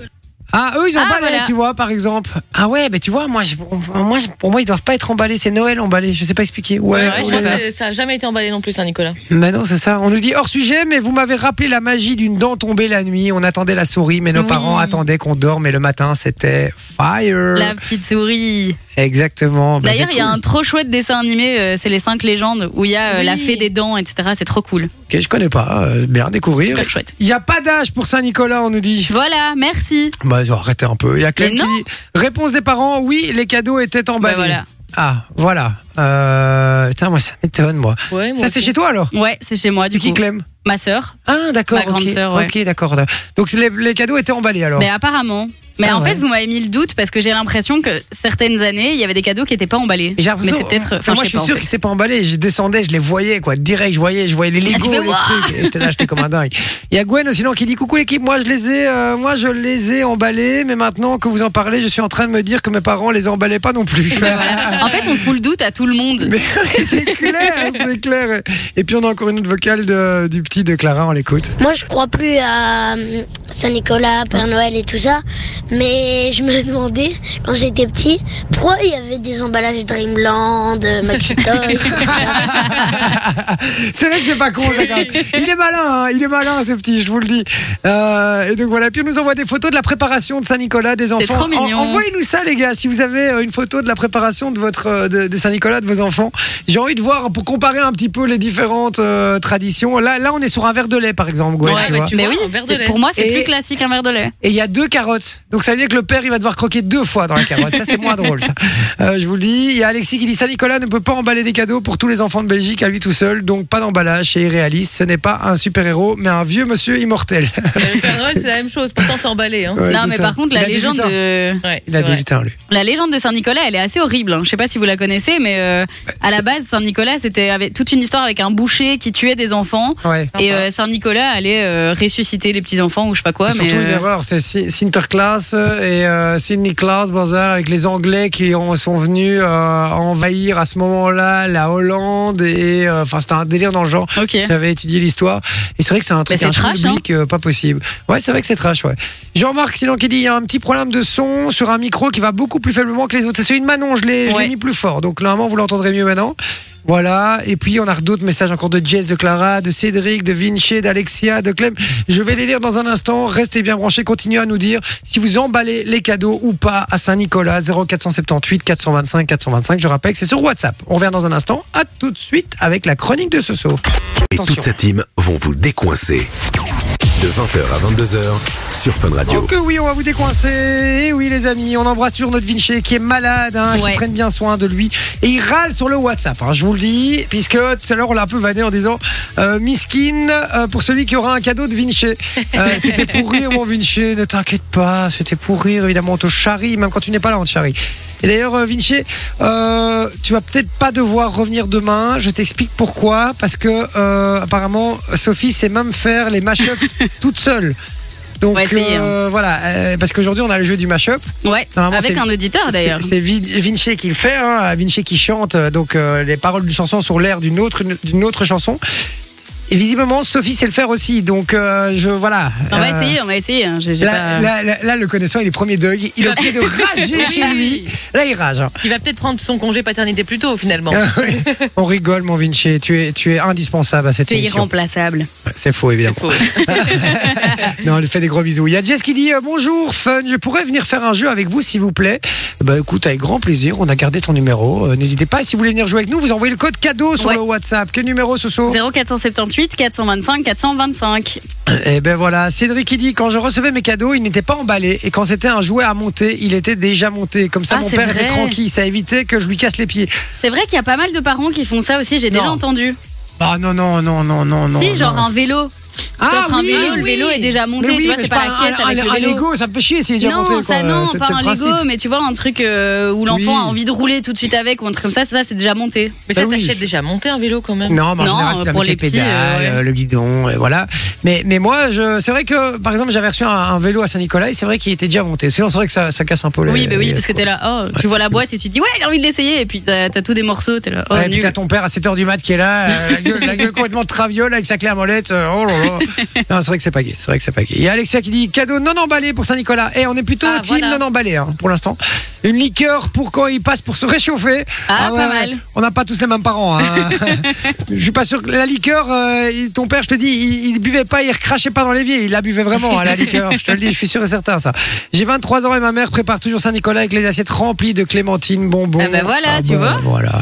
Ah, eux, ils
Ah,
emballaient,
voilà.
tu vois, par exemple. Ah ouais, mais tu vois, moi, je- moi, je- pour moi, ils doivent pas être emballés. C'est Noël emballé. Je sais pas expliquer. Ouais,
Ouais,
ouais,
je
ouais.
pense que ça a jamais été emballé non plus, Saint-Nicolas.
Mais non, c'est ça. On nous dit hors sujet, mais vous m'avez rappelé la magie d'une dent tombée la nuit. On attendait la souris, mais nos
Oui.
parents attendaient qu'on dorme. Et le matin, c'était fire.
La petite souris.
Exactement. Bah,
D'ailleurs,
c'est
il y a
cool.
un trop chouette dessin animé, euh, c'est Les 5 légendes, où il y a euh, la
Oui.
fée des dents, etc. C'est trop cool.
Ok, je connais pas. euh, bien découvrir.
Super chouette.
Il y a pas d'âge pour Saint-Nicolas, on nous dit.
Voilà, merci.
Bah, ils ont arrêté un peu. Il y a Clem
Mais
qui
non.
dit, réponse des parents, oui, les cadeaux étaient emballés.
Bah, voilà.
Ah, voilà. Euh, putain, moi, ça m'étonne, moi.
Ouais, moi
ça, c'est
aussi.
chez toi, alors
Ouais, c'est chez moi,
C'est
du
qui,
coup.
Clem
Ma sœur.
Ah, d'accord.
Ma grande
ok.
sœur, ouais. Bah,
Ok, d'accord. Donc, les, les cadeaux étaient emballés, alors.
Mais apparemment. Mais
Oh. Ah
en
ouais.
fait, vous m'avez mis le doute parce que j'ai l'impression que certaines années, il y avait des cadeaux qui n'étaient pas emballés.
Et j'ai
Mais
l'impression-
c'est peut-être.
Enfin,
Enfin,
moi, je suis
je sais pas. en
sûr que
fait.
c'était pas emballé. Je descendais, je les voyais, quoi. Direct, je voyais, je voyais les
Ah, tu
Lego,
fais,
les
Ouah
trucs. Et J'étais là, j'étais comme un
*laughs*
dingue. Il y a Gwen aussi, non, qui dit coucou l'équipe. Moi, je les ai, euh, moi, je les ai emballés, mais maintenant que vous en parlez, je suis en train de me dire que mes parents les emballaient pas non plus.
ben En fait, on fout le doute à tout le monde.
*laughs* Mais *laughs* c'est clair, c'est clair. Et puis on a encore une autre vocale de- du petit de Clara, on l'écoute.
Moi, je crois plus à euh, Saint-Nicolas,
Ah.
Père Noël et tout ça, mais je me demandais, quand j'étais petit, pourquoi il y avait des emballages Dreamland, euh,
*laughs*
Maxi Toys.
C'est vrai que c'est pas con, ça,
*laughs*
quand même. Il est malin, hein, il est malin, ce petit, je vous le dis. Euh, et donc voilà. Puis on nous envoie des photos de la préparation de Saint-Nicolas, des enfants.
trop
En-
mignon.
Envoyez-nous ça, les gars, si vous avez euh, une photo de la préparation de votre euh, de, des Saint-Nicolas, de vos enfants. J'ai envie de voir pour comparer un petit peu les différentes euh, traditions. Là, là, on est sur un verre de lait, par exemple, Gwen,
Ouais,
tu
mais
vois.
tu Mais
vois,
oui,
un verre de
c'est-
lait.
pour moi, c'est
Et-
plus classique un verre de lait.
Et il y a deux carottes. Donc ça veut dire que le père, il va devoir croquer deux fois dans la carotte. Ça, c'est moins drôle, ça. Euh, je vous le dis. Il y a Alexis qui dit Saint-Nicolas ne peut pas emballer des cadeaux pour tous les enfants de Belgique à lui tout seul. Donc pas d'emballage chez Irréaliste. Ce n'est pas un super-héros, mais un vieux monsieur immortel.
Mais Euh, le Père Noël, c'est la même chose. Pourtant, c'est emballé. Hein.
Ouais,
non,
c'est
mais
ça.
par contre,
Il
la
a 18
légende,
ans.
de...
Ouais,
Euh, Il a
c'est vrai.
18 ans, lui.
la légende de Saint-Nicolas, elle est assez horrible. hein. Je sais pas si vous la connaissez, mais euh,
Bah,
à la base, Saint-Nicolas, c'était avec- toute une histoire avec un boucher qui tuait des enfants.
Ouais.
Et euh, Saint-Nicolas allait euh, ressusciter les petits-enfants ou je sais pas quoi.
c'est
Mais,
surtout une
euh,
erreur, c'est Si- Sinterklaas et euh, Sidney Klaas, bazar, avec les Anglais qui ont- sont venus euh, envahir à ce moment-là la Hollande et euh, enfin c'était un délire dans le genre.
Ok.
J'avais étudié l'histoire. Et c'est vrai que c'est un truc
c'est
un
trash, hein.
public euh, pas possible. Ouais, c'est vrai que c'est trash, ouais. Jean-Marc, sinon, qui dit il y a un petit problème de son sur un micro qui va beaucoup plus faiblement que les autres. C'est celui de Manon, je l'ai je
Ouais.
l'ai mis plus fort. Donc, normalement, vous l'entendrez mieux maintenant. Voilà. Et puis, on a d'autres messages encore de Jess, de Clara, de Cédric, de Vinci, d'Alexia, de Clem. Je vais les lire dans un instant. Restez bien branchés. Continuez à nous dire si vous emballez les cadeaux ou pas à Saint-Nicolas. 0478 425 425. Je rappelle que c'est sur WhatsApp. On revient dans un instant. À tout de suite avec la chronique de Soso.
Et
Attention.
toute sa team vont vous décoincer. De 20h à 22h sur Fun Radio.
Oh que oui, on va vous décoincer. Et oui, les amis, on embrasse toujours notre Vinci qui est malade, hein, qui
Ouais.
prennent bien soin de lui. Et il râle sur le WhatsApp, hein, je vous le dis, puisque tout à l'heure on l'a un peu vanné en disant euh, Miskin euh, pour celui qui aura un cadeau de Vinci. Euh, c'était pour rire, mon Vinci, ne t'inquiète pas, c'était pour rire, évidemment, on te charrie, même quand tu n'es pas là, on te charrie. Et d'ailleurs, euh, Vinci, euh, tu vas peut-être pas devoir revenir demain. Je t'explique pourquoi. Parce que, euh, apparemment, Sophie sait même faire les mash toute seule. Donc,
On va essayer, hein.
euh, voilà. euh, parce qu'aujourd'hui, on a le jeu du mash-up.
Ouais,
Normalement,
avec
c'est-
un auditeur d'ailleurs.
C'est c'est Vin- Vinci qui le fait, hein, Vinci qui chante euh, donc euh, les paroles d'une chanson sur l'air d'une autre, d'une autre chanson. Et visiblement, Sophie sait le faire aussi. Donc, euh, je, voilà.
On va
Euh,
essayer, on va essayer. hein. J'ai- j'ai
Là,
pas-
là, là- là, le connaissant, il est premier Doug.
*laughs*
Il est en train de rager chez lui. Là, il rage. hein.
Il va peut-être prendre son congé paternité plus tôt, finalement.
Ah. On rigole, mon Vinci. Tu es, tu es indispensable à cette
Tu es
émission.
irremplaçable.
C'est faux, évidemment.
Faut-
Non, elle fait des gros bisous. Il y a Jess qui dit euh, bonjour, fun. Je pourrais venir faire un jeu avec vous, s'il vous plaît. Bah écoute, avec grand plaisir. On a gardé ton numéro. Euh, N'hésitez pas. Si vous voulez venir jouer avec nous, vous envoyez le code cadeau sur
Ouais.
le WhatsApp. Quel numéro, Soso
0478 425 425.
Eh ben voilà, Cédric qui dit quand je recevais mes cadeaux, ils n'étaient pas emballés et quand c'était un jouet à monter, il était déjà monté. Comme ça,
Ah,
mon
c'est
père était
vrai.
tranquille. Ça évitait que je lui casse les pieds.
C'est vrai qu'il y a pas mal de parents qui font ça aussi, j'ai déjà
Non.
entendu.
Ah non non non non non non.
si, genre
non.
un vélo.
ah
T'offres un
oui,
vélo, le
oui.
vélo est déjà monté,
Mais oui,
tu vois,
mais
c'est pas la
un-
caisse
un-
avec
un,
le vélo.
Lego, ça me fait chier s'il est déjà
non,
monté. quoi.
ça non,
C'est
pas
peut-être
un
le principe.
Lego, mais tu vois un truc euh, où l'enfant
Oui.
a envie de rouler tout de suite avec ou un truc comme ça, ça c'est déjà monté.
Mais
Bah
ça,
oui.
t'achètes déjà monter un vélo quand même.
Non, mais en
Non,
général, tu vas
pour
mettre les,
les petits,
pédales,
euh, ouais.
euh, le guidon, et voilà. Mais, mais moi, je, c'est vrai que, par exemple, j'avais reçu un, un vélo à Saint-Nicolas et c'est vrai qu'il était déjà monté. Sinon, c'est vrai que ça, ça casse un peu le.
Oui, bah oui, parce que t'es là, oh, tu vois la boîte et tu te dis ouais, j'ai envie de l'essayer et puis t'as t'as tous des morceaux, t'es là, oh
Ouais, et Eh, puis
nul. *laughs*
t'as ton père à 7h du mat qui est là, euh, la, gueule, la gueule complètement traviole avec sa clé à molette. euh, oh là là,
*laughs*
Non, c'est vrai que c'est pas gay. C'est vrai que c'est pas gay. Il y a Alexia qui dit cadeau non emballé pour Saint-Nicolas. Et on est plutôt
Ah,
team
voilà.
non emballé hein, pour l'instant. Une liqueur pour quand il passe pour se réchauffer.
Ah, pas mal.
On n'a pas tous les mêmes
*laughs*
parents. hein. *laughs* je suis pas sûr que la liqueur, euh, il- ton père, je te dis, il, il buvait pas, il recrachait pas dans l'évier. Il la buvait vraiment, hein,
*laughs*
la liqueur. Je te le dis, je suis sûr et certain, ça. J'ai 23 ans et ma mère prépare toujours Saint-Nicolas avec les assiettes remplies de clémentines, bonbons.
Ah ben voilà, tu
ben
vois.
Voilà.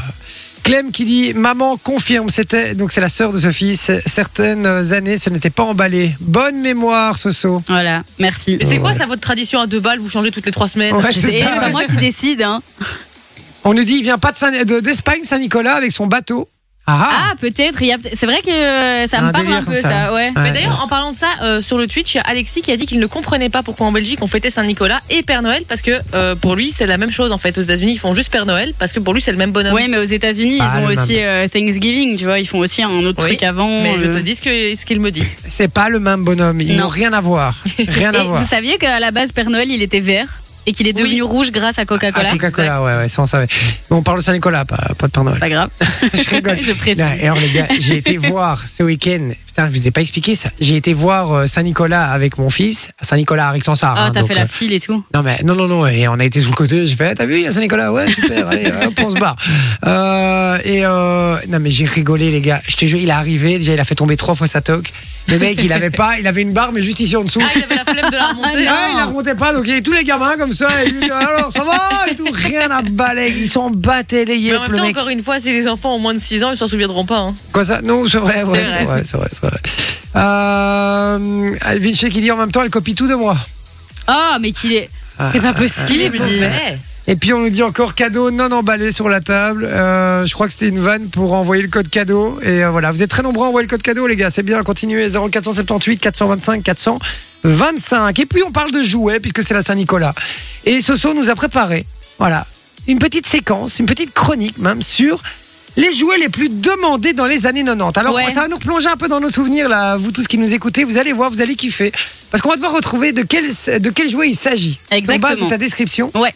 Clem qui dit Maman confirme, c'était. Donc c'est la sœur de Sophie. c'est- Certaines années, ce n'était pas emballé. Bonne mémoire, Soso.
Voilà, merci.
Mais c'est quoi ça, votre tradition à deux balles Vous changez toutes les trois semaines
Ah Ouais,
Et
c'est
C'est
ça.
pas moi qui décide. hein.
On nous dit Il vient pas de Saint- de- d'Espagne, Saint-Nicolas, avec son bateau. Ah, ah.
Ah, peut-être. il y a- C'est vrai que euh, ça
Un
me parle
délire
un
comme
peu,
ça.
ça. ouais.
Ouais.
Mais d'ailleurs, en parlant de ça, euh, sur le Twitch, il y a Alexis qui a dit qu'il ne comprenait pas pourquoi en Belgique on fêtait Saint-Nicolas et Père Noël parce que euh, pour lui c'est la même chose en fait. Aux États-Unis ils font juste Père Noël parce que pour lui c'est le même bonhomme.
Ouais, mais aux États-Unis,
Pas
ils ont
le
aussi euh, Thanksgiving, tu vois. Ils font aussi un autre
Oui,
truc avant.
Mais je
euh.
te dis ce que- ce qu'il
*laughs*
me dit.
C'est pas le même bonhomme. Ils
Non.
n'ont rien à voir. Rien à
*laughs* Et
voir.
vous saviez qu'à la base, Père Noël, il était vert et qu'il est devenu
Oui.
rouge grâce à Coca-Cola
Ah, Coca-Cola, ouais, ouais, ça on savait. Mais on parle de Saint-Nicolas, pas, pas de Père Noël.
Pas grave.
Je rigole.
*laughs* Je précise.
Non, et alors les gars, j'ai
*laughs*
été voir ce week-end. Putain, je vous ai pas expliqué ça. J'ai été voir euh, Saint-Nicolas avec mon fils, à Saint-Nicolas à Rixensart.
Ah,
hein,
t'as
donc,
fait
euh,
la file et tout.
Non, mais non, non, non. Et on a été sous le côté. J'ai fait, Ah, t'as vu, il y a Saint-Nicolas. Ouais, super.
*laughs*
allez, hop, on se barre. Euh, et euh, non, mais j'ai rigolé, les gars. Je te jure, il est arrivé. Déjà, il a fait tomber trois fois sa toque. Le mec, il avait pas, il avait une barre, mais juste ici en dessous.
Ah, il avait la flemme de la remonter. hein.
Ah, il la remontait pas, donc il y avait tous les gamins comme ça. Et lui, alors, ça va et tout. Rien à balayer. Ils sont battés, les
Mais
yeux.
en même temps, encore une fois, si les enfants ont moins de 6 ans, ils s'en souviendront pas. hein.
Quoi ça Non, c'est vrai, ouais,
C'est
c'est vrai, c'est vrai. c'est vrai. Euh, Vinci qui dit en même temps, elle copie tout de moi.
Ah, mais qu'il est. C'est pas possible. dis.
Ouais.
Et puis on nous dit encore cadeau non emballé sur la table. Euh, je crois que c'était une vanne pour envoyer le code cadeau. Et euh, voilà, vous êtes très nombreux à envoyer le code cadeau, les gars. C'est bien, continuez. 0478 425 425. Et puis on parle de jouets, puisque c'est la Saint-Nicolas. Et Soso nous a préparé, voilà, une petite séquence, une petite chronique même sur les jouets les plus demandés dans les années 90. Alors
Ouais.
ça va nous plonger un peu dans nos souvenirs, là, vous tous qui nous écoutez, vous allez voir, vous allez kiffer. Parce qu'on va devoir retrouver de quel, de quel jouet il s'agit.
Exactement.
Sur base de ta description.
Ouais.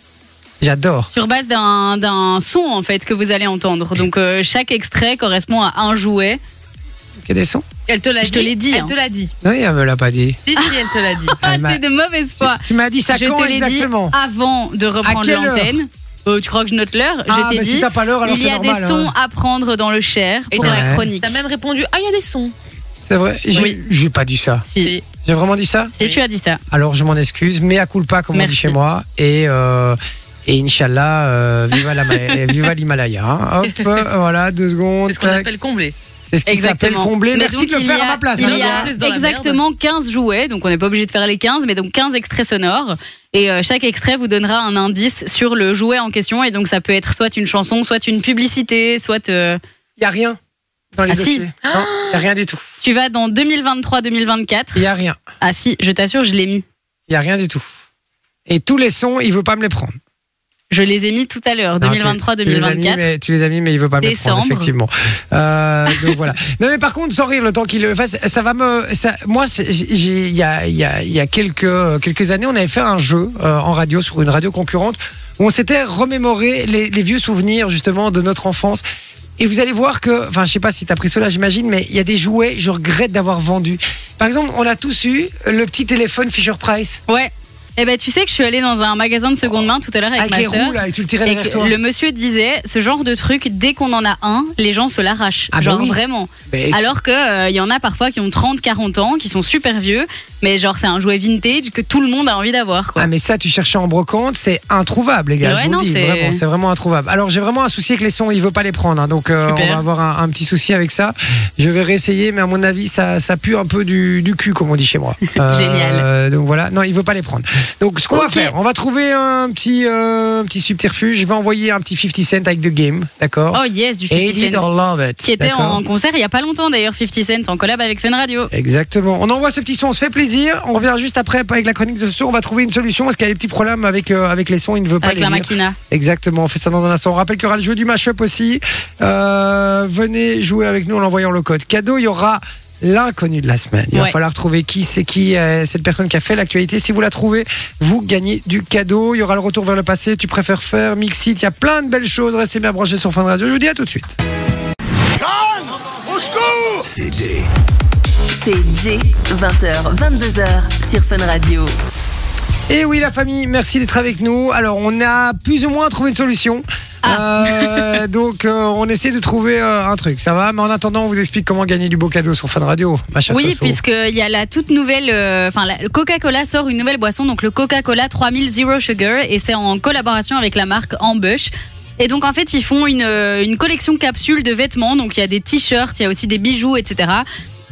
J'adore.
Sur base d'un d'un son, en fait, que vous allez entendre. Donc, euh, chaque extrait correspond à un jouet.
Quel est son
Elle te l'a dit. Ah,
Je te l'ai dit,
Elle
hein.
te l'a dit.
Non, elle me l'a pas dit.
Si, si, elle te l'a dit.
Ah,
Elle m'a-
t'es de mauvaise foi.
Tu m'as dit ça
je
quand
te l'ai dit Ah,
exactement
avant de
À
reprendre
quelle heure
l'antenne. Euh, tu crois que je note l'heure
Ah,
Je t'ai
bah,
dit.
si t'as pas l'heure, alors
il
c'est
y a
normal,
des
hein.
sons à prendre dans le cher
Et
pour
t'as-
la chronique.
T'as même répondu Ah, il y a des sons.
C'est vrai J'ai
Oui.
j'ai pas dit ça.
Si.
J'ai vraiment dit ça
Si, tu as dit ça.
Alors je m'en excuse, mais à culpa, comme on dit
Merci.
chez moi. Et. euh, et Inch'Allah, euh, viva la-
*laughs*
eh, viva l'Himalaya. hein. Hop, euh, voilà, deux secondes.
C'est ce qu'on
tac.
appelle comblé.
C'est ce qui s'appelle
Exactement.
comblé.
Mais
Merci
donc,
de le
il
faire
y a-
à ma place.
Il
hein,
y
les gars.
a
Laisse dans la
exactement 15 jouets, donc on n'est pas obligé de faire les 15, mais donc 15 extraits sonores. Et euh, chaque extrait vous donnera un indice sur le jouet en question. Et donc ça peut être soit une chanson, soit une publicité, soit. euh,
Il y a rien dans les
Ah, si.
dossiers. Non, il y a rien du tout.
Tu vas dans 2023-2024.
Il y a rien.
Ah si, je t'assure, je l'ai mis.
Il y a rien du tout. Et tous les sons, il veut pas me les prendre.
Je les ai mis tout à l'heure,
Non, Ah, tu- tu les as mis,
2023-2024.
mais- Tu les as mis, mais il veut pas me les prendre,
Décembre.
effectivement. Euh, donc voilà. *laughs* Non, mais par contre, sans rire, le temps qu'il le fasse, ça va me. ça- moi, c'est- j'ai- il y a, il y a- il y a quelques, quelques années, on avait fait un jeu euh, en radio sur une radio concurrente où on s'était remémoré les, les vieux souvenirs, justement, de notre enfance. Et vous allez voir que, enfin, je sais pas si t'as pris cela, j'imagine, mais il y a des jouets, je regrette d'avoir vendu. Par exemple, on a tous eu le petit téléphone Fisher Price
Ouais. Eh ben, tu sais que je suis allée dans un magasin de
Oh.
seconde main tout à l'heure avec,
avec les
ma sœur.
roues là, et tu le tirais
Et
derrière
que
toi.
le monsieur disait, ce genre de truc, dès qu'on en a un, les gens se l'arrachent.
Ah bah
genre
oui.
vraiment.
Mais-
Alors que euh, il y en a parfois qui ont 30, 40 ans, qui sont super vieux, mais genre c'est un jouet vintage que tout le monde a envie d'avoir. quoi.
Ah mais ça tu cherchais en brocante, c'est introuvable les gars,
Ouais,
je vous le
non,
dis
c'est-
vraiment, c'est vraiment introuvable. Alors j'ai vraiment un souci avec les sons, il veut pas les prendre, hein, donc euh, on
Super.
va avoir un, un petit souci avec ça. Je vais réessayer, mais à mon avis ça, ça pue un peu du, du cul comme on dit chez moi. Euh,
*laughs* Génial.
Donc voilà, non il veut pas les prendre. Donc ce qu'on va
Ok.
faire, on va trouver un petit euh, un petit subterfuge. Je vais envoyer un petit 50 Cent avec The Game, d'accord
Oh yes, du 50
Hate it
Cent.
or love it,
Qui était
d'accord
en concert il y a pas longtemps d'ailleurs, 50 Cent, en collab avec Fun Radio.
Exactement. On envoie ce petit son, on se fait plaisir. On revient juste après avec la chronique de ce soir. On va trouver une solution parce qu'il y a des petits problèmes avec, euh, avec les sons. Il ne veut pas
Avec
les
la
lire.
maquina.
Exactement, on fait ça dans un instant. On rappelle qu'il y aura le jeu du mashup aussi. Euh, venez jouer avec nous en envoyant le code cadeau. Il y aura l'inconnu de la semaine. Il va
Ouais.
falloir trouver qui c'est qui euh, cette personne qui a fait l'actualité. Si vous la trouvez, vous gagnez du cadeau. Il y aura le retour vers le passé. Tu préfères faire Mixit. Il y a plein de belles choses. Restez bien branchés sur Fin de Radio. Je vous dis à tout de suite.
C'est Jay.
C'est J, 20h, 22h sur Fun Radio.
Et oui, la famille, merci d'être avec nous. Alors, on a plus ou moins trouvé une solution.
Ah.
Euh, *laughs* donc, euh, on essaie de trouver euh, un truc. Ça va Mais en attendant, on vous explique comment gagner du beau cadeau sur Fun Radio. ma chère
Oui,
Fofo.
puisqu'il y a la toute nouvelle. euh, Enfin, la- le Coca-Cola sort une nouvelle boisson, donc le Coca-Cola 3000 Zero Sugar, et c'est en collaboration avec la marque Ambush. Et donc, en fait, ils font une, euh, une collection capsule de vêtements. Donc, il y a des t-shirts, il y a aussi des bijoux, etc.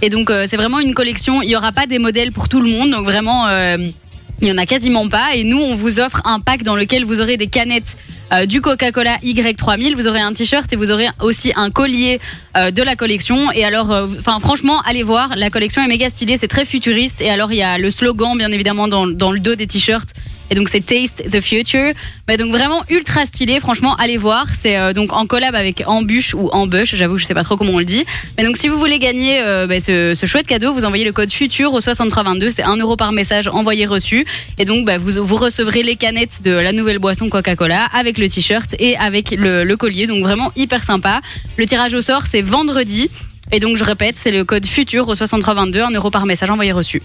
Et donc, euh, c'est vraiment une collection. Il n'y aura pas des modèles pour tout le monde. Donc, vraiment, euh, il n'y en a quasiment pas. Et nous, on vous offre un pack dans lequel vous aurez des canettes euh, du Coca-Cola Y3000. Vous aurez un t-shirt et vous aurez aussi un collier euh, de la collection. Et alors, euh, enfin, franchement, allez voir. La collection est méga stylée. C'est très futuriste. Et alors, il y a le slogan, bien évidemment, dans, dans le dos des t-shirts. Et donc, c'est Taste the Future. Mais donc, vraiment ultra stylé. Franchement, allez voir. C'est euh, donc en collab avec Ambush ou Ambush. J'avoue, je sais pas trop comment on le dit. Mais donc, si vous voulez gagner euh, bah, ce, ce chouette cadeau, vous envoyez le code FUTURE au 6322. C'est 1 euro par message envoyé reçu. Et donc, bah, vous, vous recevrez les canettes de la nouvelle boisson Coca-Cola avec le t-shirt et avec le, le collier. Donc, vraiment hyper sympa. Le tirage au sort, c'est vendredi. Et donc, je répète, c'est le code FUTURE au 6322, 1 euro par message envoyé reçu.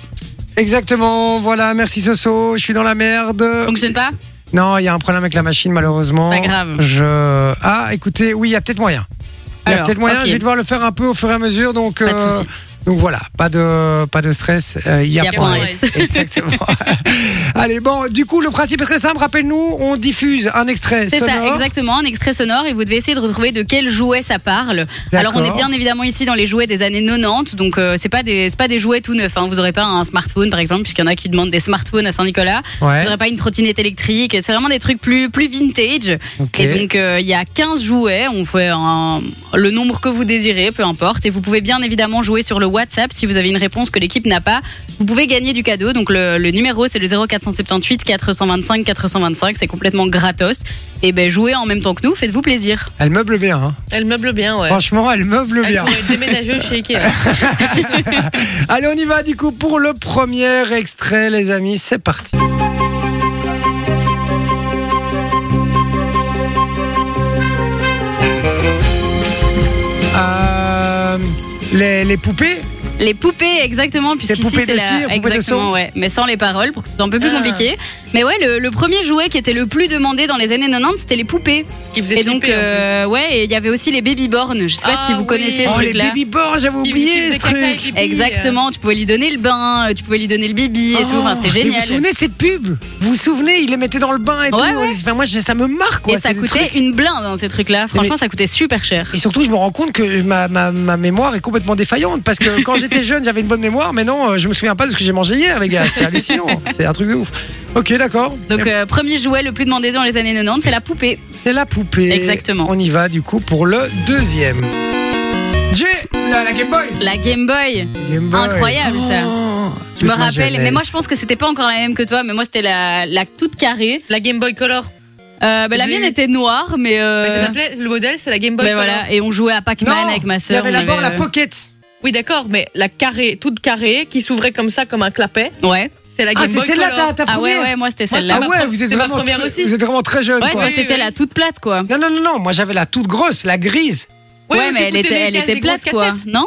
Exactement, voilà, merci Soso, je suis dans la merde.
Fonctionne pas
Non, il y a un problème avec la machine, malheureusement.
Pas grave.
Je... Ah, écoutez, oui, il y a peut-être moyen. Il y a
Alors,
peut-être moyen,
ok.
je vais devoir le faire un peu au fur et à mesure. Donc, euh,
Pas de souci.
donc voilà, pas de, pas de stress. euh, Il y a,
Il y a
point
point
S. *laughs* Exactement. Allez, bon, du coup, le principe est très simple. Rappelle-nous, on diffuse un extrait
C'est ça,
sonore.
exactement, un extrait sonore et vous devez essayer de retrouver de quel jouet ça parle. Alors
D'accord.
on est bien évidemment ici dans les jouets des années 90, donc euh, c'est pas des c'est pas des jouets tout neufs. hein. Vous aurez pas un smartphone par exemple, puisqu'il y en a qui demandent des smartphones à Saint-Nicolas.
Ouais.
Vous aurez pas une trottinette électrique. C'est vraiment des trucs plus plus vintage.
Ok.
Et donc euh, il y a 15 jouets. On fait un- le nombre que vous désirez, peu importe. Et vous pouvez bien évidemment jouer sur le WhatsApp si vous avez une réponse que l'équipe n'a pas. Vous pouvez gagner du cadeau. Donc le, le numéro c'est le 0478 425 425. C'est complètement gratos. Et ben jouez en même temps que nous. Faites-vous plaisir.
Elle meuble bien. hein.
Elle meuble bien, ouais.
Franchement, elle meuble
Elle
bien.
pourrait être déménageuse chez Ikea.
*laughs* Allez, on y va du coup pour le premier extrait, les amis. C'est parti. Euh, les, les poupées
Les poupées, exactement, puisqu'ici
poupées
c'est
de
la.
cire, poupées de
exactement,
son.
ouais. Mais sans les paroles pour que ce soit un peu plus
Ah.
compliqué. Mais ouais, le, le premier jouet qui était le plus demandé dans les années 90, c'était les poupées.
Qui faisait
Et donc,
flipper, en plus.
euh, ouais, et il y avait aussi les baby bornes. Je sais pas
Ah
si vous
oui.
connaissez ce
Oh, les
truc-là.
baby bords, j'avais
Qui- qui
oublié
faisait
ce
caca
truc.
avec les billes.
Exactement, tu pouvais lui donner le bain, euh, tu pouvais lui donner le bibi et tout, enfin, c'était
Oh, mais
génial.
Vous vous souvenez de cette pub Vous vous souvenez Il les mettait dans le bain et tout.
Ouais,
On- Enfin, moi, je- ça me marque. Quoi.
et ça
C'est des
coûtait
trucs-
une blinde, hein, ces trucs-là. Franchement,
mais-
ça coûtait super cher.
Et surtout, je me rends compte que ma, ma, ma mémoire est complètement défaillante parce que quand j'étais jeune, j'avais une bonne mémoire, mais non, euh, je me souviens pas de ce que j'ai mangé hier, les gars. C'est
*laughs*
hallucinant. C'est un truc de ouf. Ok, d'accord.
Donc, euh, premier jouet le plus demandé dans les années 90, c'est la poupée.
C'est la poupée.
Exactement.
On y va du coup pour le deuxième. J'ai Ah, la, la Game Boy.
La Game Boy.
Game Boy. Oh,
Incroyable, ça. Je
toute
me
ma
rappelle, mais moi
jeunesse.
je pense que c'était pas encore la même que toi, mais moi c'était la, la toute carrée.
La Game Boy Color.
Euh, bah, la
J'ai
mienne
eu-
était noire, mais. euh,
Mais ça s'appelait, le modèle, c'est la Game Boy
mais
Color.
Ben voilà, et on jouait à Pac-Man
Non,
avec ma
il y
sœur.
avait
on
d'abord la
avait, euh,
Pocket.
Oui, d'accord, mais la carrée, toute carrée, qui s'ouvrait comme ça, comme un clapet,
euh, Ouais.
c'est la Game
Ah, c'est
Boy
celle-là,
Color.
ta, ta
Ah ouais,
première.
ouais, moi c'était
Moi,
celle-là.
Ah
ma
ouais,
pre-
vous êtes,
c'est ma
vraiment
première
très-
aussi.
vous êtes vraiment très jeune.
Ouais,
quoi.
toi c'était
oui.
la toute plate quoi.
Non, non, non, non, moi j'avais la toute grosse, la grise.
Oui,
ouais,
oui,
mais
tu
elle
foutais
était,
les
elle
cases,
était
les
plate,
grosses
quoi.
cassettes.
Non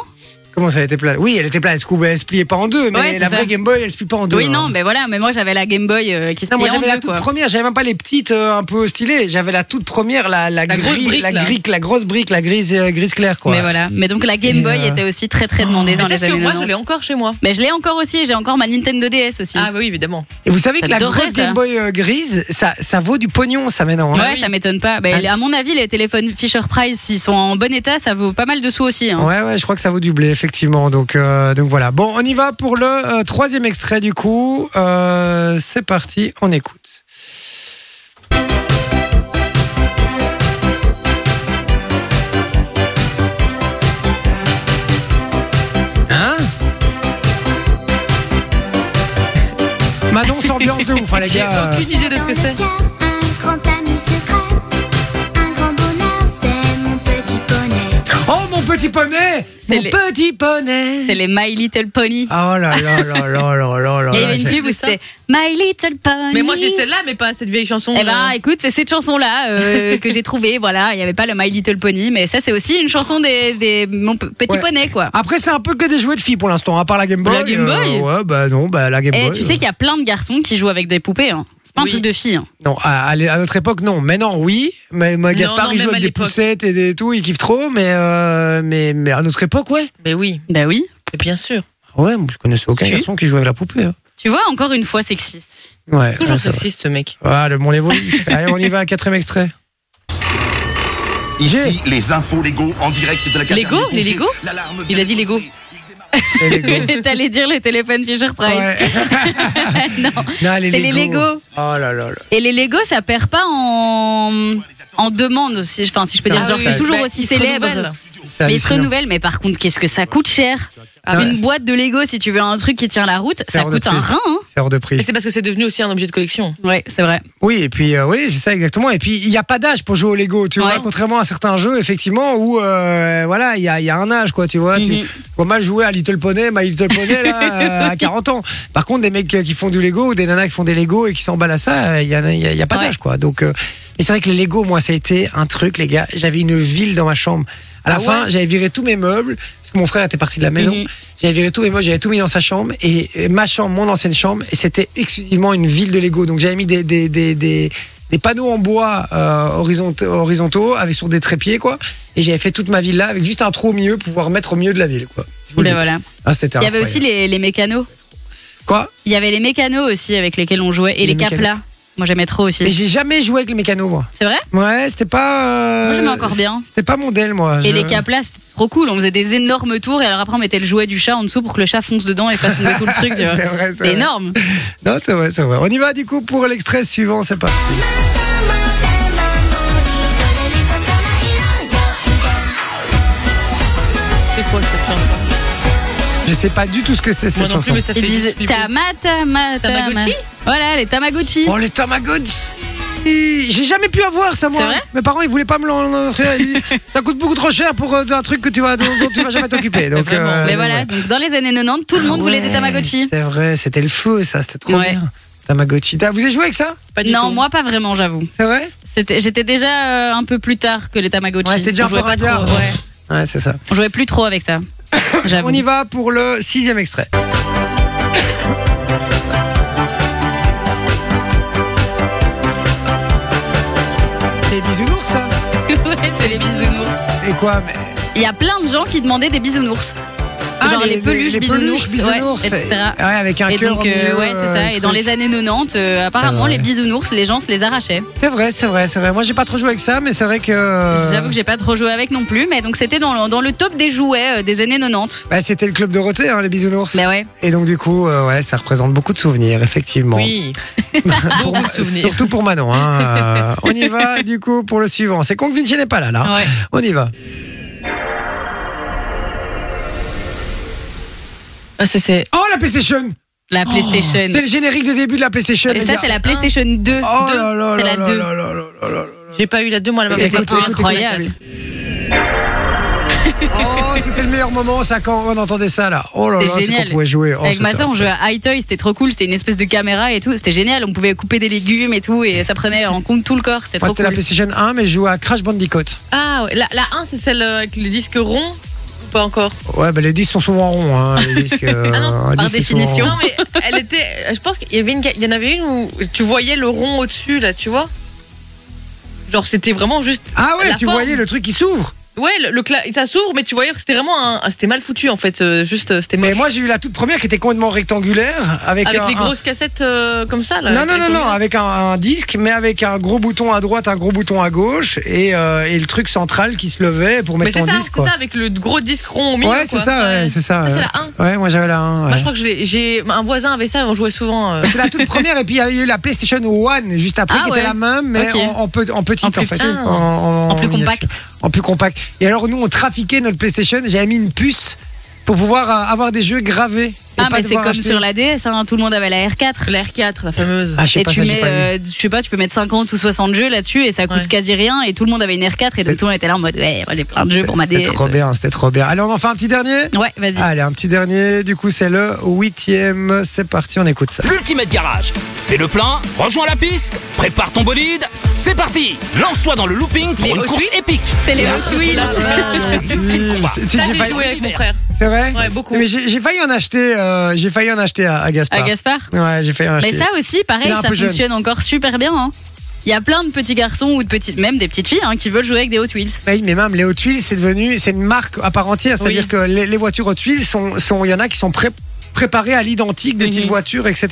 Comment ça, elle était plate Oui, elle était plate, elle se, coupait, elle se pliait pas en deux, mais
Ouais, c'est
la vraie
ça.
Game Boy, elle se plie pas en deux.
Oui,
hein.
non, mais voilà, mais moi j'avais la Game Boy euh, qui se
Non, moi
pliait en
j'avais la
deux,
toute
quoi.
première, j'avais même pas les petites euh, un peu stylées, j'avais la toute première, la, la,
La grosse
gris-
brique,
la,
là.
grique, la grosse brique, la grise, euh, grise claire quoi.
Mais voilà. Mais donc la Game
Et,
Boy
euh,
était aussi très très demandée dans
Mais
les
sache que
années
moi, je l'ai
90.
encore chez moi.
Mais je l'ai encore aussi, j'ai encore ma Nintendo DS aussi.
Ah, bah oui, évidemment.
Et vous savez que la
J'adorais
grosse
ça.
Game Boy euh, grise, ça, ça vaut du pognon ça maintenant. hein.
Ah
ouais, ça m'étonne pas. Bah, à mon avis, les téléphones Fisher Price, s'ils sont en bon état, ça vaut pas mal de sous aussi. hein.
Ouais, ouais, je crois que ça vaut du blé, effectivement. Donc, euh, donc voilà. Bon, on y va pour le euh, troisième extrait, du coup. Euh, c'est parti, on écoute. Hein
*laughs*
Manon, s'ambiance de ouf, hein, les
*laughs*
J'ai
gars.
aucune idée de ce que c'est.
Un grand ami secret, un grand bonheur, c'est mon petit poney.
Oh, mon petit poney
C'est
Mon
les-
petit poney
C'est les My Little Pony.
Oh là là là là là là là
Il y
là,
avait une
Ah, j'ai-
pub où c'était My Little Pony.
Mais moi j'ai celle-là, mais pas cette vieille chanson.
Eh ben,
euh,
écoute, c'est cette chanson-là
*laughs*
euh, que j'ai trouvée. Voilà, il n'y avait pas le My Little Pony, mais ça, c'est aussi une chanson des, des mon p- petit
Ouais.
poney, quoi.
Après, c'est un peu que des jouets de filles pour l'instant, à part la Game Boy.
La Game Boy
Ouais, bah non, bah la Game
Et
Boy.
Eh, tu sais
euh,
qu'il y a plein de garçons qui jouent avec des poupées. Hein. C'est pas un
Oui.
truc de fille. hein.
Non, à, à l'é- à notre époque, non. Maintenant, oui. Mais, mais
Non,
Gaspard,
non,
il joue
même
avec
à
des
l'époque.
poussettes et des tout, il kiffe trop, mais, euh, mais, mais à notre époque, ouais.
Mais oui,
Bah oui.
mais bien sûr.
Ouais, moi, je connaissais aucun
Si.
garçon qui jouait avec la poupée. hein.
Tu vois, encore une
*laughs*
fois sexiste.
Ouais,
Toujours
ouais, c'est vrai.
sexiste ce mec.
Ah, le bon
*laughs*
évolue. Allez, on y va, quatrième extrait.
Ici, les infos Lego en direct de la caserne.
Lego
des pompiers.
Les Lego
L'alarme
Il a dit Lego.
Les Lego.
*laughs* T'allais dire le téléphone Fisher Price.
Ouais.
*laughs* non.
Non, les
C'est les Lego.
Oh là là là.
Et les Lego, ça perd pas en, en demande, si, enfin, si je peux
Ah
dire. Genre,
oui,
c'est
oui.
toujours
Bah,
aussi
il se
célèbre.
renouvelle.
C'est
Mais ils se
hallucinant.
renouvellent, mais par contre, qu'est-ce que ça coûte cher
Ah ouais.
Une boîte de Lego, si tu veux un truc qui tient la route,
C'est
ça
hors de
coûte un
prix.
rein. Hein
C'est hors de
Mais
prix.
c'est parce que c'est devenu aussi un objet de collection.
ouais, c'est vrai.
Oui, et puis euh, oui, c'est ça exactement. Et puis il n'y a pas d'âge pour jouer au Lego, tu vois.
Ouais.
Contrairement à certains jeux, effectivement, où euh, voilà, il y a, il y a un âge, quoi, tu vois.
Mhm.
Tu vois mal jouer à Little Pony, My Little Pony là,
*laughs*
euh, à 40 ans. Par contre, des mecs qui font du Lego ou des nanas qui font des Lego et qui s'emballent à ça, euh, il y a, il y a- il y a pas
Ouais.
d'âge, quoi. Donc, euh, mais c'est vrai que les Lego, moi, ça a été un truc, les gars. J'avais une ville dans ma chambre. À la
Ah
fin,
ouais
j'avais viré tous mes meubles parce que mon frère était parti de la maison.
Mhm.
J'avais viré tout, mais moi j'avais tout mis dans sa chambre et et ma chambre, mon ancienne chambre, et c'était exclusivement une ville de Lego. Donc j'avais mis des, des, des, des, des panneaux en bois euh, horizont- horizontaux avec sur des trépieds quoi. Et j'avais fait toute ma ville là avec juste un trou au milieu pour pouvoir mettre au milieu de la ville quoi. Je vous le
Ben
dis.
voilà.
Ah, c'était
Il y avait
incroyable.
aussi les, les mécanos.
quoi
Il y avait les mécanos aussi avec lesquels on jouait
Les
et les,
mécanos.
caplas. Moi, j'aimais trop
Mais
aussi.
j'ai jamais joué avec les mécanos moi.
C'est vrai
Ouais, c'était pas. euh,
Moi, j'aimais encore bien.
C'était pas mon DEL moi.
Et
Je-
les caplas, c'était trop cool. On faisait des énormes tours et alors après, on mettait le jouet du chat en dessous pour que le chat fonce dedans et fasse tomber tout le truc.
*laughs*
tu
C'est
vois.
vrai, c'est
C'est
vrai.
énorme.
Non, c'est vrai, c'est vrai. On y va du coup pour l'extrait suivant, c'est parti.
C'est quoi cette chanson
Je sais pas du tout ce que c'est cette
Moi non plus,
chanson.
mais ça fait.
Ils disent
flipper.
Tama, Tama, Tama.
Tamagotchi
Voilà, les Tamagotchi.
Oh, les Tamagotchi J'ai jamais pu avoir ça, moi.
C'est vrai
Mes parents, ils voulaient pas me l'en offrir.
*laughs*
Ils- ça coûte beaucoup trop cher pour euh, un truc que tu vas, dont, dont tu vas jamais t'occuper. Donc,
Vraiment,
Mais
donc,
voilà,
ouais.
donc dans les années 90, tout le monde voulait des
Ouais,
Tamagotchi.
C'est vrai, c'était le feu, ça. C'était trop
Ouais.
bien. Tamagotchi. Ah, Vous avez joué avec ça
Pas du
Non,
tout.
moi pas vraiment, j'avoue.
C'est vrai
C'était- J'étais déjà euh, un peu plus tard que les Tamagotchi.
Ouais, c'était déjà
on
un peu
jouait pas
ringard.
trop. Ouais.
Ouais, c'est ça.
On jouait plus trop
*laughs*
avec ça. J'avoue.
On y va pour le sixième extrait. *laughs* C'est bisounours, ça
*laughs* Ouais, c'est les bisounours.
Et quoi mais-
Il y a plein de gens qui demandaient des bisounours.
Ah,
Genre les, peluches, bisounours, ouais,
bisounours,
etc.
Ouais, avec un
Et
cœur.
donc,
au
euh,
milieu,
ouais, c'est
euh,
ça.
du
Et dans
truc.
les années 90, euh, apparemment,
vrai.
les bisounours, les gens se les arrachaient.
C'est vrai, c'est vrai, c'est vrai. Moi, j'ai pas trop joué avec ça, mais c'est vrai que. euh,
J'avoue que j'ai pas trop joué avec non plus, mais donc c'était dans le, dans le top des jouets euh, des années 90.
bah, c'était le club Dorothée, hein, les bisounours.
Mais ouais.
Et donc, du coup, euh, ouais, ça représente beaucoup de souvenirs, effectivement.
*laughs* Oui.
Pour-
beaucoup de souvenirs.
Surtout pour Manon. hein. Euh, on y
*laughs*
va, du coup, pour le suivant. C'est con que Vinci n'est pas là, là.
Ouais.
On y va.
Ah, ça, c'est.
Oh, la PlayStation
La PlayStation.
Oh. C'est le générique de début de la PlayStation.
Et
les
ça,
gars.
c'est la PlayStation 2.
Oh
Deux.
là là
C'est
là
la
là
2.
là là là là là.
J'ai pas eu la 2, moi, la
Écoute,
même.
écoute, écoute,
incroyable.
Oh, c'était le meilleur moment, ça, quand on entendait ça, là. Oh là
C'est
là, c'est qu'on
génial.
pouvait jouer. Oh,
Avec ma
c'était-
soeur, on jouait à High Toy, c'était trop cool. C'était une espèce de caméra et tout. C'était génial. On pouvait couper des légumes et tout. Et ça prenait en compte tout le corps. C'était
Moi,
trop
c'était
cool.
la PlayStation 1, mais je jouais à Crash Bandicoot.
Ah, ouais. la, la 1, c'est celle euh, avec le disque rond ou pas encore
Ouais, bah, les disques sont souvent ronds. Hein,
*laughs*
les disques, euh,
Ah non,
un
par
disque, c'est souvent
définition.
rond.
Non, mais elle était. Je pense qu'il y, avait une... il y en avait une où tu voyais le rond au-dessus, là, tu vois Genre, c'était vraiment juste.
Ah ouais,
La
tu
forme.
voyais le truc qui s'ouvre.
Ouais, le, le cla- ça s'ouvre, mais tu voyais que c'était vraiment un. ah, C'était mal foutu, en fait. euh, juste, euh, c'était
Mais
moche.
moi, j'ai eu la toute première qui était complètement rectangulaire. Avec,
Avec
un,
les
un-
grosses cassettes euh, comme ça, là
Non, non, non,
avec-
non, avec un, un disque, mais avec un gros bouton à droite, un gros bouton à gauche, et, euh, et le truc central qui se levait pour
Mais
mettre
c'est
ton
ça,
disque.
c'est
quoi.
ça, avec le gros disque rond au milieu.
ouais, c'est
quoi.
ça, ouais, c'est ça.
Ah, c'est
ouais.
la 1.
Ouais, moi j'avais la 1.
Moi, je crois que je l'ai- j'ai un voisin avait ça, on jouait souvent. euh,
C'est la toute première, et puis il y a eu la PlayStation One juste après,
Ah
qui
ouais.
était la même, mais
Ok.
en, en peu- en petite en,
En plus
fait.
petit.
En plus
miniature.
compact.
En plus compact. Et alors, nous, on trafiquait notre PlayStation, j'avais mis une puce pour pouvoir euh, avoir des jeux gravés.
Ah,
pas
mais c'est
devoir
comme
acheter.
sur la DS, hein, tout le monde avait la R4.
La R4,
*laughs*
la fameuse.
Ah, je sais
Et
pas,
tu
ça, j'ai
mets,
pas vu.
euh, je sais pas, tu peux mettre 50 ou 60 jeux là-dessus et ça coûte
Ouais.
quasi rien. Et tout le monde avait une R4 et
C'est-
donc tout le monde était là en mode, ouais, moi, j'ai plein de jeux pour ma
C'était
DS.
trop bien, Ah, c'était trop bien. Allez, on en fait un petit dernier
Ouais, vas-y.
Allez, un petit dernier, du coup c'est le huitième, c'est parti, on écoute
*laughs*
ça.
Multimètre Garage. Fais le plein, rejoins la piste, prépare ton bolide, c'est parti Lance-toi dans le looping pour
Les
une
Hot
course
Wheels
épique.
C'est
ah,
les Hot Wheels.
C'est un petit combat.
C'est-
Ça,
ah. j'ai
j'ai
failli-
joué avec mon frère.
C'est vrai
Ouais, beaucoup.
Mais j'ai j'ai failli en acheter, euh, j'ai failli en acheter à, à Gaspard.
À Gaspard.
Ouais, j'ai failli en acheter.
Mais ça
Ah.
aussi,
Il
pareil,
est un
ça
peu jeune.
fonctionne encore super bien. hein. Il y a plein de petits garçons ou de petites, même des petites filles hein, qui veulent jouer avec des Hot Wheels.
Oui, mais même les Hot Wheels, c'est devenu, c'est une marque à part entière. C'est-à-dire
Oui.
que les, les voitures Hot Wheels sont, sont, il y en a qui sont pré- préparées à l'identique des petites voitures, etc.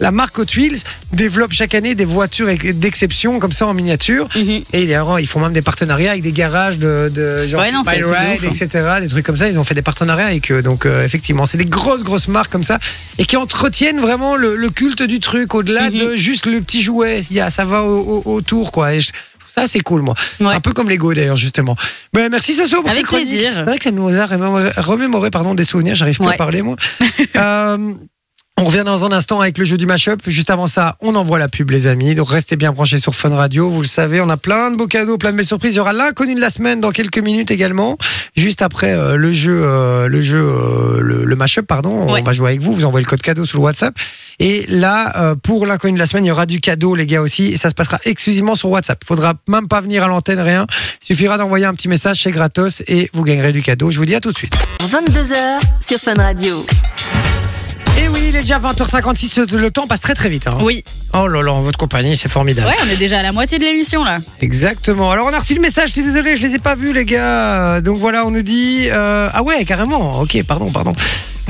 La marque Hot Wheels développe chaque année des voitures ex- d'exception comme ça en miniature. Et d'ailleurs, ils font même des partenariats avec des garages de, de genre
Ouais, non, c'est
Pile
de
Ride,
ouf, hein.
etc. Des trucs comme ça. Ils ont fait des partenariats avec eux. Donc, euh, effectivement, c'est des grosses, grosses marques comme ça et qui entretiennent vraiment le, le culte du truc au-delà
Mhm.
de juste le petit jouet. Il y a, ça va au- au- autour, quoi. Et je- ça, c'est cool, moi.
Ouais.
Un peu comme Lego, d'ailleurs, justement. Ben, merci, Soso, pour
Avec
cette chronique.
plaisir.
C'est vrai que ça nous a remémoré, remémoré, pardon, des souvenirs. J'arrive plus à
Ouais.
parler,
*laughs*
moi. Euh, on revient dans un instant avec le jeu du mashup. Juste avant ça, on envoie la pub, les amis. Donc restez bien branchés sur Fun Radio. Vous le savez, on a plein de beaux cadeaux, plein de belles surprises. Il y aura l'inconnu de la semaine dans quelques minutes également. Juste après euh, le jeu, euh, le jeu, euh, le, le mashup, pardon.
Ouais.
On va jouer avec vous. Vous envoyez le code cadeau sur le WhatsApp. Et là, euh, pour l'inconnu de la semaine, il y aura du cadeau, les gars aussi. Et ça se passera exclusivement sur WhatsApp. Faudra même pas venir à l'antenne, rien. Suffira d'envoyer un petit message, c'est gratos et vous gagnerez du cadeau. Je vous dis à tout de suite.
22h sur Fun Radio.
Et oui, il est déjà 20h56, le temps passe très très vite. hein.
Oui,
Oh là là, en votre compagnie, c'est formidable.
ouais, on est déjà à la moitié de l'émission là.
Exactement. Alors on a reçu le message, je suis désolé, je les ai pas vus les gars. Euh, Donc voilà, on nous dit... euh, Ah ouais, carrément, ok, pardon, pardon.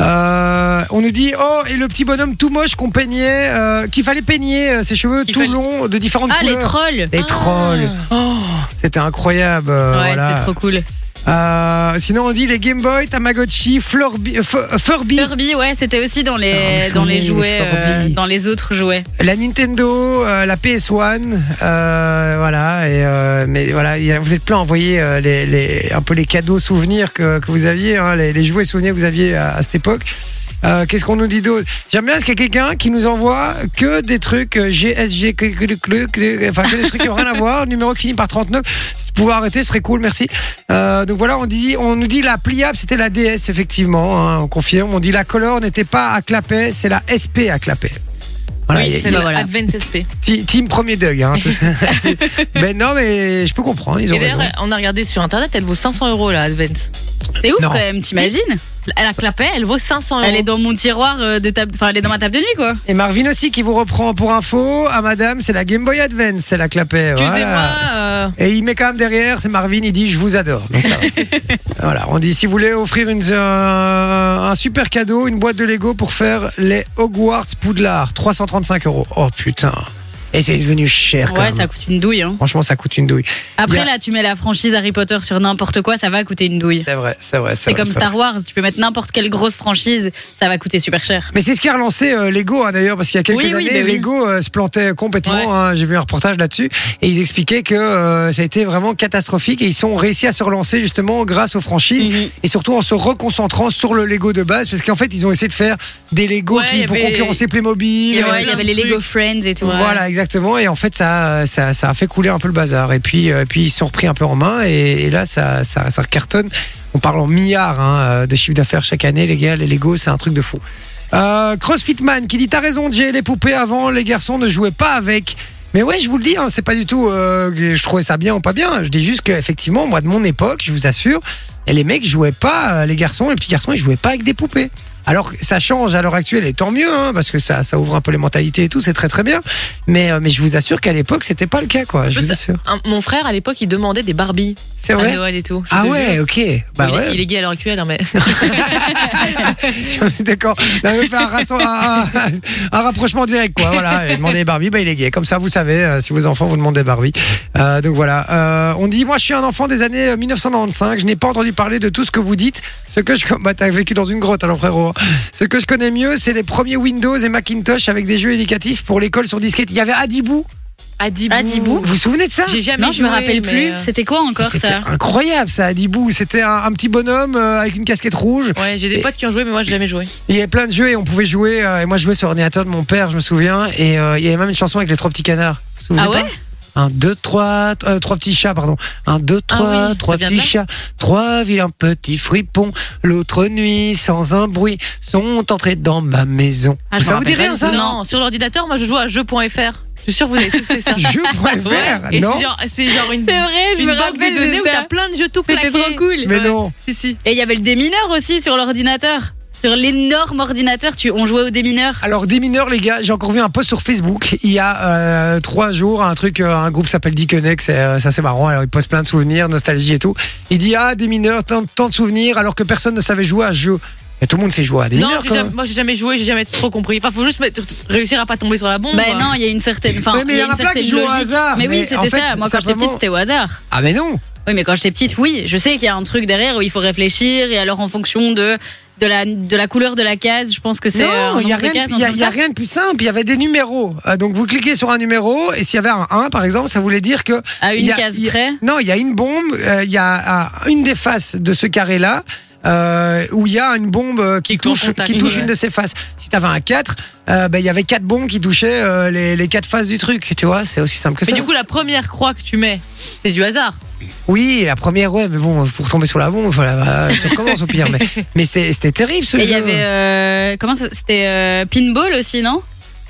Euh, on nous dit, oh, et le petit bonhomme tout moche qu'on peignait, euh, qu'il fallait peigner euh, ses cheveux
Qu'il
tout
fallait-
longs de différentes
Ah, les
couleurs.
trolls.
Oh,
Ah.
les trolls. Oh, c'était incroyable. euh,
ouais,
voilà.
c'était trop cool.
Euh, sinon on dit les Game Boy, Tamagotchi, Florbi- F- Furby,
Furby, ouais, c'était aussi dans
Ah,
les,
vous vous
dans les
souvenez,
jouets, euh,
Furby.
dans les autres jouets.
la Nintendo, euh, la PS1, euh, voilà. Et euh, mais voilà, il y a- vous êtes plein à envoyer euh, les, les- un peu les cadeaux souvenirs que, que vous aviez, hein, les, les jouets souvenirs que vous aviez à, à cette époque. Euh, Qu'est-ce qu'on nous dit d'autre J'aime bien parce qu'il y a quelqu'un qui nous envoie que des trucs euh, GSG, que, que- que- que- enfin que des trucs qui n'ont rien à voir, numéro qui finit par 39. Si vous pouvez arrêter, ce serait cool, merci. Euh, donc voilà, on, dit, on nous dit la pliable, c'était la DS, effectivement, hein, on confirme. On dit la color n'était pas à clapet, c'est la SP à clapet. Voilà, il y a-
oui, c'est
il y a-
bah voilà.
l'Advance SP.
Ti- Team premier Doug, hein, tout *laughs* ça. ben non, mais je peux comprendre, ils ont
Et
raison.
d'ailleurs, on a regardé sur internet, elle vaut 500 euros la Advance.
C'est ouf
Non.
quand même, t'imagines
Elle a clapet, elle vaut 500 euros.
Elle est dans mon tiroir euh, de table, enfin elle est dans ma table de nuit quoi.
Et Marvin aussi qui vous reprend pour info. À madame, c'est la Game Boy Advance, c'est la clapet.
Excusez-moi.
Voilà.
euh,
Et il met quand même derrière, c'est Marvin, il dit je vous adore. Donc ça *laughs* va. voilà, on dit si vous voulez offrir une, euh, un super cadeau, une boîte de Lego pour faire les Hogwarts Poudlard, 335 euros. Oh putain. Et c'est devenu cher quand
Ouais,
même.
ça coûte une douille. Hein.
Franchement, ça coûte une douille.
Après
Il y a-
là, tu mets la franchise Harry Potter sur n'importe quoi, ça va coûter une douille.
C'est vrai, c'est vrai.
C'est
vrai,
comme
vrai.
Star Wars, tu peux mettre n'importe quelle grosse franchise, ça va coûter super cher.
Mais c'est ce qui a relancé euh, Lego hein, d'ailleurs parce qu'il y a quelques
Oui, oui,
années
bah oui.
Lego euh, se plantait complètement.
Ouais.
hein. J'ai vu un reportage là-dessus et ils expliquaient que euh, ça a été vraiment catastrophique et ils sont réussi à se relancer justement grâce aux franchises
Mhm.
et surtout en se reconcentrant sur le Lego de base parce qu'en fait ils ont essayé de faire des Lego
Ouais,
qui, pour
mais-
concurrencer Playmobil.
Et
euh,
ouais, il y avait les Lego Friends et tout.
Voilà, exactement. Et en fait, ça, euh, ça, ça a fait couler un peu le bazar. Et puis, euh, puis ils se sont repris un peu en main. Et, et là, ça, ça, ça cartonne. On parle en milliards hein, euh, de chiffre d'affaires chaque année, les gars. Les Lego, c'est un truc de fou. Euh, Crossfitman qui dit T'as raison, Jay, les poupées avant, les garçons ne jouaient pas avec. Mais ouais, je vous le dis, hein, c'est pas du tout euh, que je trouvais ça bien ou pas bien. Je dis juste qu'effectivement, moi, de mon époque, je vous assure, les mecs jouaient pas, euh, les garçons, les petits garçons, ils jouaient pas avec des poupées. Alors que ça change à l'heure actuelle et tant mieux, hein, parce que ça, ça ouvre un peu les mentalités et tout, c'est très très bien. Mais, euh, mais je vous assure qu'à l'époque, c'était pas le cas, quoi. Je
plus,
vous assure.
un- mon frère, à l'époque, il demandait des Barbies
C'est
à
vrai.
Noël et tout. je
Ah
te
ouais,
jure.
ok. Bah
il, est-
ouais.
il est gay à l'heure
*laughs*
actuelle, hein, mais.
Je suis d'accord. Là, on fait un, rasso- un- un- un rapprochement direct, quoi. Voilà. Et Demandez Barbie, bah, il est gay. Comme ça, vous savez, euh, si vos enfants vous demandez Barbie. Euh, donc voilà. Euh, on dit, moi, je suis un enfant des années euh, 1995. Je n'ai pas entendu parler de tout ce que vous dites. Ce que je, bah, t'as vécu dans une grotte, alors frérot. hein. Ce que je connais mieux, c'est les premiers Windows et Macintosh avec des jeux éducatifs pour l'école sur disquette. Il y avait Adibou.
Adibou.
Adibou.
Vous vous souvenez de ça
J'ai jamais
Non, je me
joué,
rappelle
mais,
plus.
euh,
C'était quoi encore
C'était
ça
incroyable ça, Adibou. C'était un, un petit bonhomme euh, avec une casquette rouge.
Ouais, j'ai des potes qui ont joué, mais moi, j'ai jamais joué.
Il y avait plein de jeux et on pouvait jouer. euh, et moi, je jouais sur l'ordinateur de mon père, je me souviens. Et euh, il y avait même une chanson avec les trois petits canards. Vous vous souvenez
Ah
pas
ouais
Un, deux, trois, euh, trois petits chats, pardon. Un, deux, trois,
Ah oui, ça
trois
vient
petits
de là
chats, trois vilains petits fripons. L'autre nuit, sans un bruit, sont entrés dans ma maison.
Ah, je
ça
me
vous dit
rappelle
rien,
pas
ça
du
Non, sur l'ordinateur, moi, je joue à jeu.fr. Je suis sûr que vous avez tous fait ça.
Jeu.fr,
*laughs*
Ouais, et
non
c'est genre, c'est genre une,
C'est vrai, je
une
me
banque de
rappelle
données
de
où
ça.
t'as plein de jeux tout claqués.
C'était trop cool.
Mais non.
Si, si.
Et il y avait le démineur aussi sur l'ordinateur. Sur l'énorme ordinateur, tu, on jouait au démineur.
Alors des mineurs les gars, j'ai encore vu un post sur Facebook il y a euh, trois jours, un truc, euh, un groupe s'appelle Diconnect, c'est euh, ça c'est marrant, alors il poste plein de souvenirs, nostalgie et tout. Il dit ah des mineurs, tant, tant de souvenirs alors que personne ne savait jouer à ce jeu. Mais tout le monde sait jouer à des
Non,
mineurs
j'ai
quand
jamais-
même.
moi, j'ai jamais joué, j'ai jamais trop compris. Enfin, faut juste mettre- réussir à pas tomber sur la bombe.
Ben
quoi.
non, il y a une certaine. Enfin,
Ouais, Ah, mais
il y a
en a
une
plein qui
certaine
jouent au
logique.
hasard,
Mais,
mais
oui,
en
c'était
fait,
ça. Moi,
ça
quand j'étais petite,
vraiment-
c'était au hasard.
Ah mais non.
Oui, mais quand j'étais petite, oui. Je sais qu'il y a un truc derrière où il faut réfléchir. Et alors, en fonction de, de, la, de la couleur de la case, je pense que c'est. euh, un
Non, il n'y a,
nombre de
rien,
cases, un
il y a-
truc
il y a
comme ça.
rien de plus simple. Il y avait des numéros. Euh, donc vous cliquez sur un numéro et s'il y avait un 1 par exemple, ça voulait dire que
À
il
une
y a-
case
il y a-
près.
Non, il y a une bombe, euh, il y a euh, une des faces de ce carré-là euh, où il y a une bombe euh, qui,
Qui
touche,
contact,
qui touche
ouais.
une de ses faces. Si t'avais un 4, euh, ben, il y avait quatre bombes qui touchaient euh, les, les quatre faces du truc. Tu vois, c'est aussi simple que
Mais
ça.
du coup, la première croix que tu mets, c'est du hasard.
oui, la première, ouais, mais bon, pour tomber sur la bombe, voilà, bah, tu recommences au
*laughs*
pire. Mais, mais c'était c'était terrible ce
Et il
jeu.
y avait. euh, comment ça C'était euh, pinball aussi, non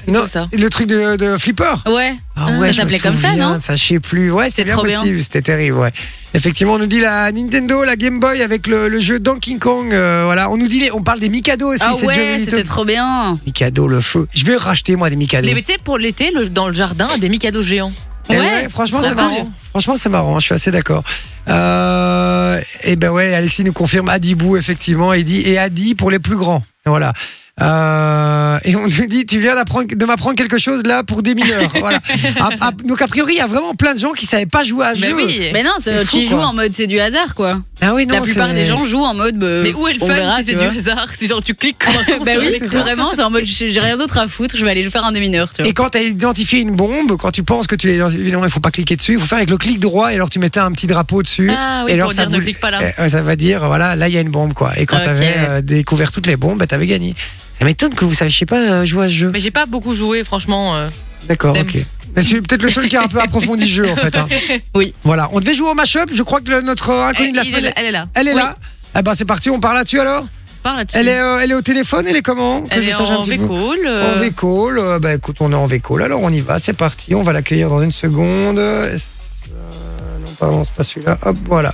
non,
quoi, ça
le truc de, de flipper.
Ouais.
Ah
Ah,
ouais, je me
ça s'appelait comme ça,
souviens
non
de Ça, je sais plus. Ouais, c'était
C'était
bien
trop bien.
possible. C'était terrible, ouais. Effectivement, on nous dit la Nintendo, la Game Boy avec le, le jeu Donkey Kong. euh, voilà, on nous dit, les- on parle des Mikado aussi.
Ah
c'est
ouais,
Johnny
c'était
Nintendo.
trop bien.
Mikado, le feu. Je vais racheter moi des Mikado.
Les, mais tu sais, pour l'été, le- dans le jardin, des micados géants.
Eh
Ouais,
franchement,
trop
c'est
cool.
marrant. Franchement, c'est marrant. Je suis assez d'accord. Euh, et ben ouais, Alexis nous confirme Adibou effectivement. Il dit et Adi pour les plus grands. Voilà. Euh, et on nous dit tu viens d'apprendre- de m'apprendre quelque chose là pour des mineurs. voilà. A- a- donc a priori, il y a vraiment plein de gens qui savaient pas jouer à ce
Mais
jeu.
oui.
Mais non, c'est-
C'est fou,
tu y joues
quoi.
en mode c'est du hasard, quoi.
Ah oui, non,
la plupart
c'est-
des gens jouent en mode. bah,
Mais où est le
on
fun
verra,
si
tu
c'est
vois.
du hasard Si genre
*laughs*
tu cliques comme un con
Bah
sur
oui,
les-
c'est
c'est
ça.
vraiment, c'est en mode j'ai j'ai rien d'autre à foutre, je vais aller faire un demi-heure, tu vois.
Et quand tu as identifié une bombe, quand tu penses que tu l'as identifiée, évidemment, il faut pas cliquer dessus, il faut faire avec le clic droit et alors tu mettais un petit drapeau dessus.
Ah oui,
et alors
pour dire ne
voulait-
clique pas là.
Eh, ouais, ça va dire, voilà, là il y a une bombe quoi. Et quand
Ok.
tu avais découvert toutes les bombes, bah, tu avais gagné. Ça m'étonne que vous sachiez pas euh, jouer à ce jeu.
Mais j'ai pas beaucoup joué, franchement. euh.
D'accord,
J'aime.
ok. Mais je suis peut-être le seul qui a un peu approfondi ce jeu en
*laughs*
fait. hein.
Oui.
Voilà, on devait jouer au mashup, je crois que le- notre euh, inconnue de la
Il est
semaine,
là- elle est là.
elle est là. Eh ben c'est parti, on part là-dessus alors
Parle là-dessus.
elle est, euh, elle est au téléphone, elle est comment Que
Elle
je
est
sache un
en
petit peu.
V-Call.
En
euh,
V-Call, euh, bah écoute, on est en V-Call, alors on y va, c'est parti, on va l'accueillir dans une seconde. Est-ce- euh, non, pardon, c'est pas celui-là, hop, voilà.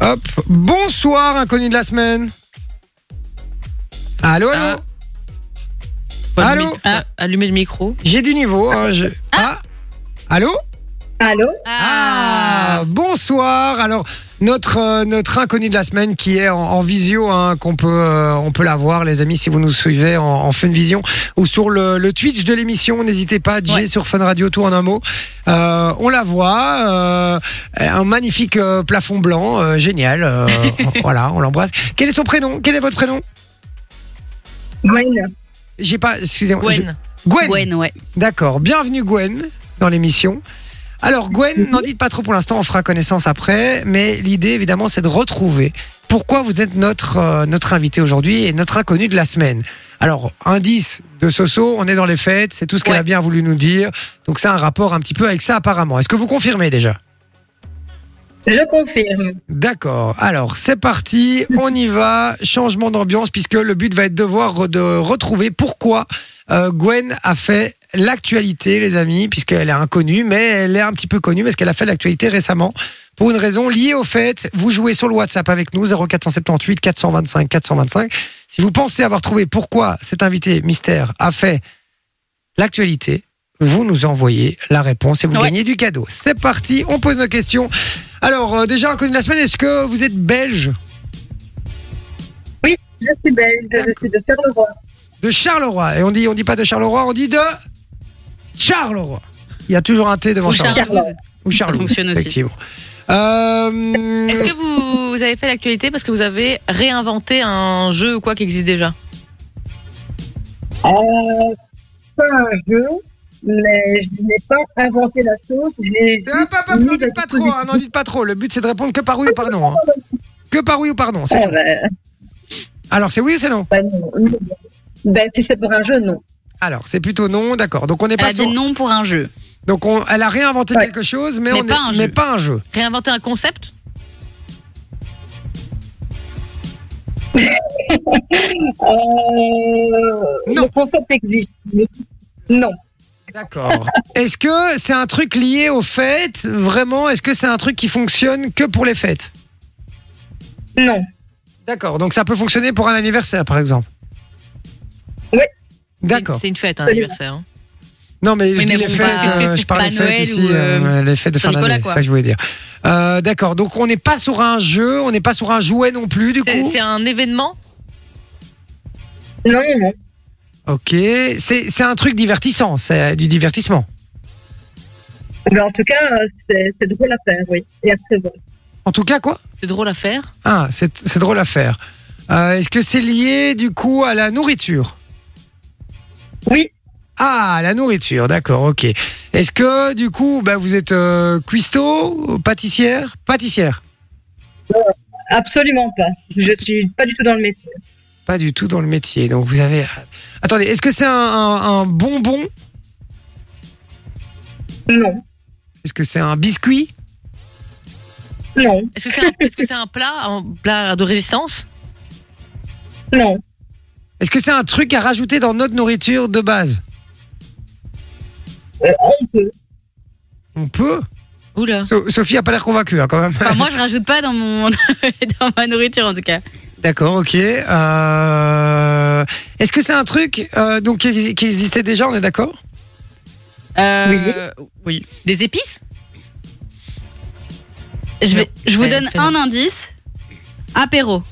Hop, bonsoir, inconnu de la semaine. Allô, allô
faut
Allô
allumer- ah, Allumer le micro.
J'ai du niveau, hein, je- Ah Allô ah, bonsoir. Alors notre euh, notre inconnu de la semaine qui est en, en visio, hein, qu'on peut euh, on peut la voir, les amis, si vous nous suivez en, en Fun Vision ou sur le, le Twitch de l'émission, n'hésitez pas. J sur Fun Radio, tout en un mot. Euh, on la voit, euh, un magnifique euh, plafond blanc, euh, génial. euh, voilà, on l'embrasse. Quel est son prénom Quel est votre prénom
Gwen,
J'ai pas, excusez-moi. je-
Gwen.
Gwen.
Gwen, ouais.
D'accord. Bienvenue Gwen dans l'émission. Alors Gwen, n'en dites pas trop pour l'instant, on fera connaissance après, mais l'idée évidemment c'est de retrouver pourquoi vous êtes notre, euh, notre invité aujourd'hui et notre inconnu de la semaine. Alors, indice de Soso, on est dans les fêtes, c'est tout ce qu'elle
Ouais.
a bien voulu nous dire, donc c'est un rapport un petit peu avec ça apparemment. Est-ce que vous confirmez déjà
je confirme.
D'accord. Alors, c'est parti. On y va. Changement d'ambiance, puisque le but va être de voir, re- de retrouver pourquoi euh, Gwen a fait l'actualité, les amis, puisqu'elle est inconnue, mais elle est un petit peu connue parce qu'elle a fait l'actualité récemment. Pour une raison liée au fait, vous jouez sur le WhatsApp avec nous, 0478 425 425. Si vous pensez avoir trouvé pourquoi cet invité mystère a fait l'actualité, vous nous envoyez la réponse et vous
Ouais.
gagnez du cadeau. C'est parti, on pose nos questions. Alors, euh, déjà, inconnu de la semaine, est-ce que vous êtes belge
Je suis belge, je suis de Charleroi.
de Charleroi Et on dit, on dit pas de Charleroi, on dit de Charleroi. Il y a toujours un T devant
Ou
Charleroi.
Charlouse.
Ou Charleroi.
fonctionne aussi.
Effectivement. Euh,
Mm.
Est-ce que vous, vous avez fait l'actualité parce que vous avez réinventé un jeu ou quoi qui existe déjà
Euh, c'est pas un jeu, mais je n'ai pas inventé la sauce. Je l'ai
Euh,
juste
Hop, hop, hop,
mis
n'en dites
dans
pas
le
trop, hein, n'en dites pas trop. Le but, c'est de répondre que par oui ou par non. hein. Que par oui ou par non, c'est
Ah,
tout.
ben,
Alors, c'est oui ou c'est non
ben, non, non. Ben, si c'est pour un jeu, non.
Alors, c'est plutôt non, d'accord. Donc, on n'est
Elle
pas
a dit
sur...
non pour un jeu.
Donc, on- elle a réinventé
Ouais.
quelque chose, mais,
Mais
on
pas
est-
un
mais
jeu.
pas un jeu.
Réinventer un concept
Euh,
Non.
Le concept existe. mais- Non. *laughs*
D'accord. Est-ce que c'est un truc lié aux fêtes Vraiment, est-ce que c'est un truc qui fonctionne que pour les fêtes
Non.
D'accord. Donc, ça peut fonctionner pour un anniversaire, par exemple
Oui.
D'accord.
C'est une fête, un anniversaire. hein.
Non, mais je
Oui,
dis
mais
les
bon,
fêtes,
bah,
euh, je parle
pas
des fêtes
Noël
ici,
ou, euh,
euh, les fêtes de fin
Saint-Nicolas,
d'année, c'est
quoi.
ça que je voulais dire. Euh, D'accord, donc on n'est pas sur un jeu, on n'est pas sur un jouet non plus, du
C'est
coup.
c'est un événement
Non, non.
Ok, c'est c'est un truc divertissant, c'est du divertissement.
Mais en tout cas, euh, c'est c'est drôle à faire, oui. Et à prévoir.
En tout cas, quoi
C'est drôle à faire
Ah, c'est c'est drôle à faire. Euh, Est-ce que c'est lié, du coup, à la nourriture
Oui.
Ah, la nourriture, d'accord, ok. Est-ce que, du coup, bah, vous êtes euh, cuistot, pâtissière Pâtissière
Absolument pas. Je suis pas du tout dans le métier.
Pas du tout dans le métier, donc vous avez... euh, Attendez, est-ce que c'est un- un- un bonbon
Non.
Est-ce que c'est un biscuit
Non.
Est-ce que c'est un, *laughs* est-ce que c'est un plat, un plat de résistance
Non.
Est-ce que c'est un truc à rajouter dans notre nourriture de base
Euh, on peut.
On peut
Oula.
So- Sophie a pas l'air convaincue hein, quand même.
Enfin, moi, je rajoute pas dans, mon... *laughs* dans ma nourriture, en tout cas.
D'accord, ok. Euh, Est-ce que c'est un truc euh, donc qui, exi- qui existait déjà On est d'accord
Euh, oui.
Des épices
Je, vais, je vous
Fais-
donne
fais-
un indice. Apéro.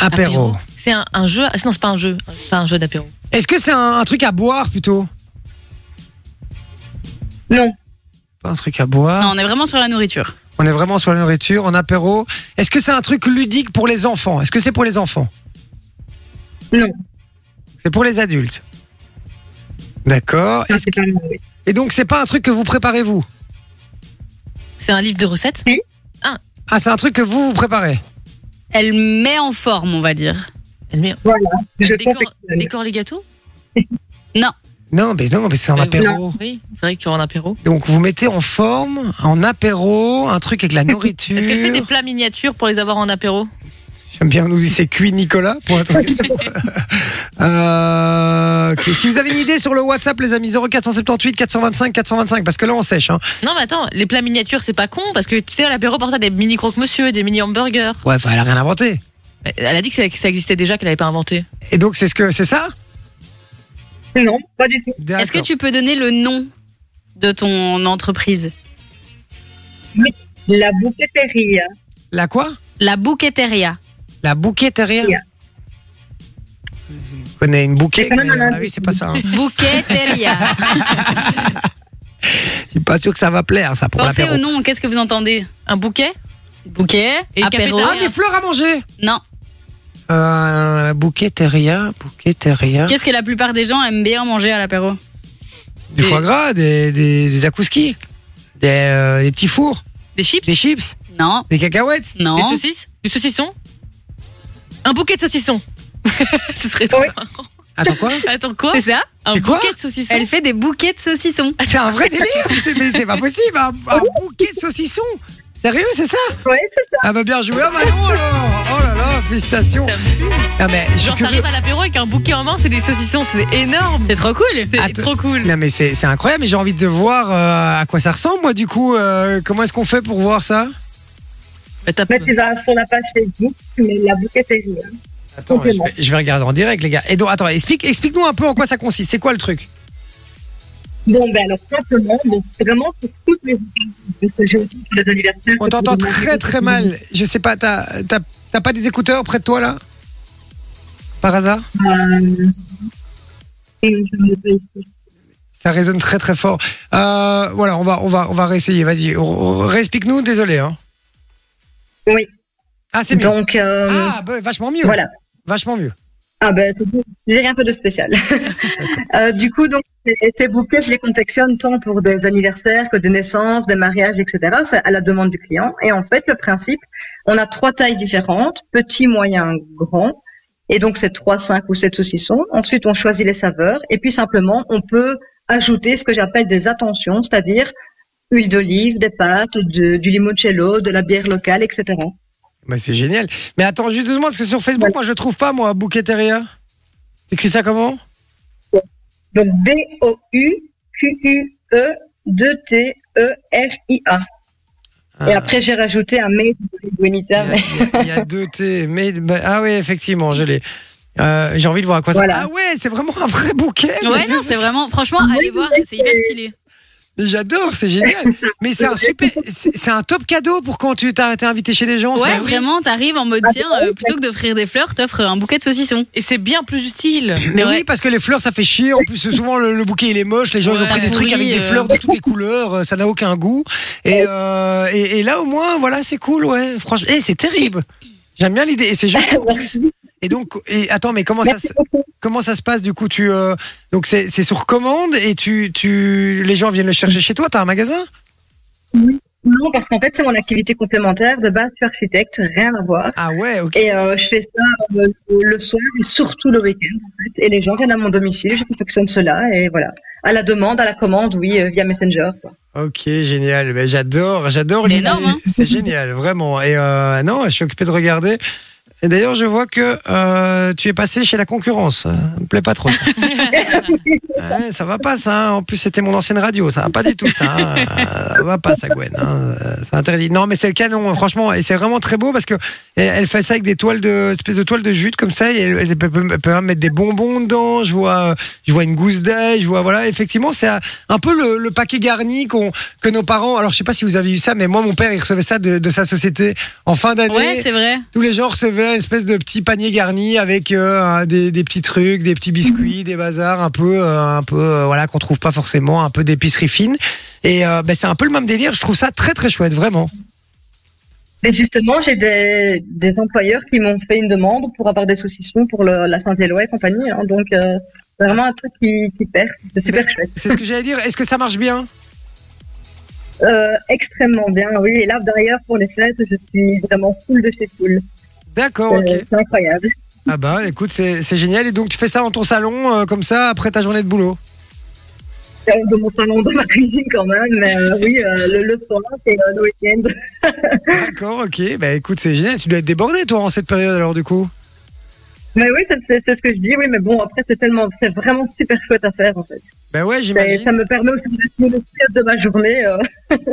Apéro.
C'est un, un jeu. ah, Non, c'est pas un jeu. Pas un jeu d'apéro.
Est-ce que c'est un, un truc à boire plutôt
Non.
Pas un truc à boire.
Non, on est vraiment sur la nourriture.
On est vraiment sur la nourriture, en apéro. Est-ce que c'est un truc ludique pour les enfants Est-ce que c'est pour les enfants
Non.
C'est pour les adultes. D'accord.
Ah,
Est-ce-
c'est pas moi, oui.
Et donc c'est pas un truc que vous préparez vous
C'est un livre de recettes
Ah, c'est un truc que vous vous préparez
Elle met en forme, on va dire.
Elle met-
Je
décore,
confectionne.
décore les gâteaux
Non, mais non, mais c'est un
Euh,
apéro.
Oui, c'est vrai qu'il y aura un apéro.
Donc vous mettez en forme, en apéro, un truc avec la nourriture.
Est-ce qu'elle fait des plats miniatures pour les avoir en apéro
J'aime bien, on nous dit c'est cuit Nicolas pour être *laughs* euh, ok, Si vous avez une idée sur le WhatsApp, les amis, 0478 425 425, parce que là on sèche. Hein.
Non, mais attends, les plats miniatures, c'est pas con parce que tu sais, à l'apéro, parfois, t'as des mini croque-monsieur, des mini hamburgers.
Ouais, enfin, elle a rien inventé.
Mais Elle a dit que ça, que ça existait déjà, qu'elle avait pas inventé.
Et donc c'est ce que c'est ça
Non, pas du tout.
Est-ce que tu peux donner le nom de ton entreprise
La bouqueterie.
La quoi
La bouqueteria.
La bouquetterie
Yeah.
Je connais une bouquet,
C'est quand
mais
même
à
un
mon
indice.
avis, c'est pas ça. hein.
*laughs* Bouqueteria.
Je suis pas sûr que ça va plaire, ça, pour
Pensez
l'apéro.
au nom, qu'est-ce que vous entendez
Un bouquet
Bouquet,
Et
apéro.
Ah,
cafétéria.
des fleurs à manger
Non.
euh, Bouquetteria, bouquetteria.
Qu'est-ce que la plupart des gens aiment bien manger à l'apéro
Du foie gras, des, des, des akouskis, des, euh, des petits fours,
Des chips
des chips,
Non.
des cacahuètes.
Non.
Des saucisses Du saucisson Un bouquet de saucissons *laughs* Ce serait trop.
Oui.
marrant.
Attends quoi
Attends, quoi
C'est ça
Un
C'est quoi
bouquet de saucissons
Elle fait des bouquets de saucissons.
*laughs* C'est un vrai délire c'est, Mais c'est pas possible Un, un bouquet de saucissons Sérieux, c'est ça
Ouais, c'est
Ah bah bien joué, ah bah non alors Oh là là, félicitations Non mais je suis
Genre,
curieux.
t'arrives à l'apéro avec un bouquet en main, c'est des saucissons, c'est énorme
C'est trop cool.
C'est
Attends.
trop cool
Non mais c'est, c'est incroyable, mais j'ai envie de voir euh, à quoi ça ressemble moi du coup. euh, comment est-ce qu'on fait pour voir ça
Bah, tape-
Mais tu vas sur la page Facebook, mais la bouqueterie.
Attends, je
Complément.
vais, je vais regarder en direct les gars. Et donc, attends, explique, explique-nous un peu en quoi ça consiste. C'est quoi le truc
Bon, ben alors, simplement, donc, vraiment pour toutes les occasions, parce que j'ai aussi pour les anniversaires.
On t'entend très très mal. Je sais pas, t'as t'as- t'as pas des écouteurs près de toi là Par hasard
Euh, et je me fais-
Ça résonne très très fort. Euh, voilà, on va, on va, on va réessayer. Vas-y, on- on- réexplique-nous. Désolé. Hein.
Oui,
Ah, c'est mieux.
donc, euh,
euh,
Ah, bah, vachement mieux.
voilà.
Vachement mieux.
Ah ben, c'est bien. j'ai rien peu de spécial. Euh, du coup, donc, ces- ces bouquets, je les confectionne tant pour des anniversaires que des naissances, des mariages, etc. C'est à la demande du client. Et en fait, le principe, on a trois tailles différentes, petit, moyen, grand. Et donc, c'est trois, cinq ou sept saucissons. Ensuite, on choisit les saveurs. Et puis, simplement, on peut ajouter ce que j'appelle des attentions, c'est-à-dire huile d'olive, des pâtes, de- du limoncello, de la bière locale, etc.
Bah, c'est génial. Mais attends, juste deux secondes, parce que sur Facebook, moi, je trouve pas, moi, Bouquet Terrier. T'écris ça comment
Donc E B-O-U-Q-U-E-2-T-E-F-I-A. Et
Ah.
après, j'ai rajouté un mail de Guenita.
Il y a- il y a, il y a deux T. Mais, bah, ah oui, effectivement, je l'ai. Euh, J'ai envie de voir à quoi ça.
Voilà.
Ah ouais, c'est vraiment un vrai bouquet.
Ouais,
mais
non, c'est vraiment. Franchement, allez voir, c'est hyper stylé.
mais J'adore, c'est génial. Mais
*laughs*
c'est un super, c'est c'est un top cadeau pour quand tu t'as été invité chez les gens.
Ouais,
ça. Ah,
vraiment, t'arrives en mode tiens, euh, plutôt que d'offrir des fleurs, t'offres un bouquet de saucissons.
Et c'est bien plus utile.
Mais
Ouais.
oui, parce que les fleurs, ça fait chier. En plus,
*laughs*
souvent, le, le bouquet, il est moche. Les gens, ils ont
Ouais,
pris des trucs
pourri,
avec des
euh.
fleurs de toutes les couleurs. euh, Ça n'a aucun goût. Et, euh, et, et là, au moins, voilà, c'est cool, ouais. Franchement, eh, c'est terrible. J'aime bien l'idée. Et c'est
*laughs*
gentil.
*laughs*
en plus. Et donc, et, attends, mais comment ça, se, comment ça se passe du coup tu, euh, Donc, c'est c'est sur commande et tu, tu, les gens viennent le chercher chez toi. T'as un magasin
Non, parce qu'en fait, c'est mon activité complémentaire. De base, je suis architecte, rien à voir.
Ah ouais, ok.
Et euh, je fais ça euh, le soir et surtout le week-end. en fait. Et les gens viennent à mon domicile, je confectionne cela. Et voilà. À la demande, à la commande, oui, euh, via Messenger. quoi.
Ok, génial. Ben, j'adore, j'adore
C'est
l'idée.
énorme, hein
C'est génial, vraiment. Et euh, non, je suis occupé de regarder. Et d'ailleurs, je vois que euh, tu es passé chez la concurrence. Ça me plaît pas
*laughs*
trop. Ça, Ouais, ça va pas, ça. hein. En plus, c'était mon ancienne radio. Ça va pas du tout, ça. hein.
*laughs*
Ça va pas, ça, Gwen. hein. Euh, C'est interdit. Non, mais c'est le canon, hein, franchement. Et c'est vraiment très beau parce que elle- elle fait ça avec des toiles de, espèce de toiles de jute comme ça. Et elle, elle peut, peut- peut même mettre des bonbons dedans. Je vois, je vois une gousse d'ail. Je vois, voilà. Effectivement, c'est un- un peu le, le paquet garni qu'on, que nos parents. Alors, je sais pas si vous avez eu ça, mais moi, mon père, il recevait ça de, de sa société en fin d'année.
Ouais, c'est vrai.
Tous les gens recevaient une espèce de petit panier garni avec euh, un- des, des petits trucs, des petits biscuits, des bazars, un peu, euh, un peu, euh, voilà, qu'on trouve pas forcément, un peu d'épicerie fine. Et euh, ben, c'est un peu le même délire. Je trouve ça très très chouette, vraiment.
Mais justement, j'ai des, des employeurs qui m'ont fait une demande pour avoir des saucissons pour le- la Saint-Éloi et compagnie. hein. donc, euh, c'est vraiment un truc qui, qui perd. C'est super chouette.
C'est ce que j'allais dire. Est-ce que ça marche bien
Euh, extrêmement bien, oui. Et là, d'ailleurs, pour les fêtes, je suis vraiment full de chez full. Euh,
D'accord. ok.
C'est incroyable.
Ah bah écoute, c'est c'est génial. Et donc tu fais ça dans ton salon, euh, comme ça, après ta journée de boulot.
Euh, De mon salon, de ma cuisine quand même. Mais euh, oui, euh, le, le soir, c'est euh, le week-end.
D'accord, ok. Bah écoute, c'est génial. Tu dois être débordé toi en cette période alors du coup.
Mais oui, c'est- c'est c'est ce que je dis. Oui, mais bon, après, c'est tellement, c'est vraiment super chouette à faire, en fait.
Bah ouais,
C'est-
j'imagine.
Ça me permet aussi de me stress de ma journée. euh.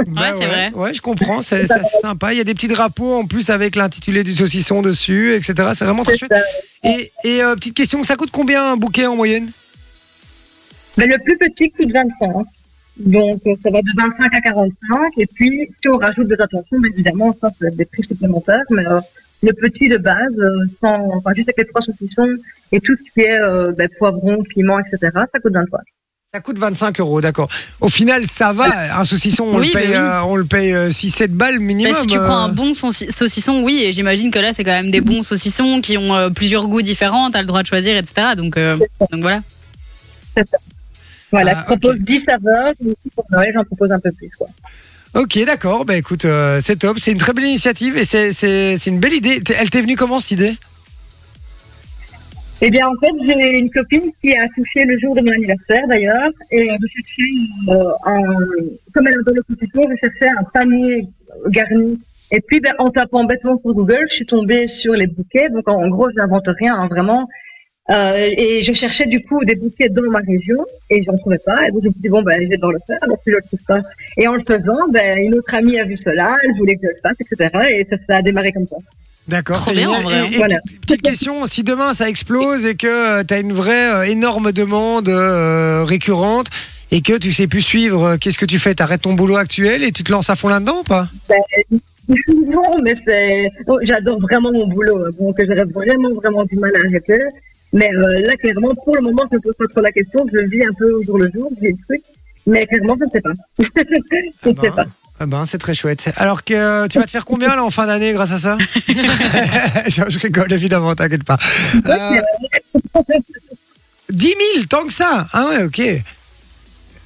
Bah
Ouais, c'est vrai.
Ouais, je comprends. C'est c'est assez sympa. Il y a des petits drapeaux en plus avec l'intitulé du saucisson dessus, etc. C'est vraiment très chouette.
ça.
Et, et, euh, petite question, ça coûte combien un bouquet en moyenne
Mais le plus petit coûte 25. Donc, euh, ça va de 25 à 45. Et puis, si on rajoute des attentions, bien évidemment, ça, c'est des prix supplémentaires. Mais euh, le petit de base, euh, sans, enfin, juste avec les trois saucissons et tout ce qui est euh, ben, poivron, piment, etc., ça coûte 23.
Ça coûte 25 euros, d'accord. Au final, ça va. Un saucisson, on
Oui,
le
bah
paye,
oui.
euh, on le paye 6-7 balles
Bah,
minimum.
si tu
euh.
prends un bon sauci- saucisson, oui, et j'imagine que là, c'est quand même des bons saucissons qui ont euh, plusieurs goûts différents, t'as le droit de choisir, etc. Donc, euh, donc voilà.
Voilà,
Ah,
je propose 10 saveurs. Et aussi pour Noël, j'en propose un peu plus. Quoi.
Ok, d'accord. Bah écoute, euh, c'est top. C'est une très belle initiative et c'est- c'est c'est une belle idée. T'es- Elle t'est venue comment cette idée
Eh bien, en fait, j'ai une copine qui a accouché le jour de mon anniversaire, d'ailleurs, et je cherchais, euh, un, comme elle adore le saucisson, je cherchais un panier garni. Et puis, ben, en tapant bêtement sur Google, je suis tombée sur les bouquets. Donc, en, en gros, je n'invente rien, hein, vraiment. Euh, et je cherchais du coup des bouquets dans ma région et j'en trouvais pas. Et donc je me suis dit bon ben je vais devoir le faire, donc je le trouve pas. Et en le faisant, ben une autre amie a vu cela, elle voulait que je le fasse, etc. Et ça, ça a démarré comme ça.
D'accord,
Trop
c'est
bien,
génial.
en vrai,
Et-
hein.
et
Voilà.
petite- Petite question, si demain ça explose et que tu as une vraie euh, énorme demande euh, récurrente et que tu sais plus suivre, euh, qu'est-ce que tu fais T'arrêtes ton boulot actuel et tu te lances à fond là-dedans ou pas
*laughs* Non, mais c'est. oh, J'adore vraiment mon boulot, hein, donc j'aurais vraiment, vraiment du mal à arrêter. Mais euh, là, clairement, pour le moment, je ne me pose pas trop la question. *laughs* Je vis un peu au jour le jour, j'ai le truc. Mais clairement, je ne sais pas. je ne sais
Ah ben,
pas.
Ah ben, c'est très chouette. Alors que euh, tu vas te faire combien là en fin d'année grâce à
*laughs*
ça *laughs* Je rigole évidemment, t'inquiète pas. Euh, 10 000, tant que ça. Ah ouais, ok.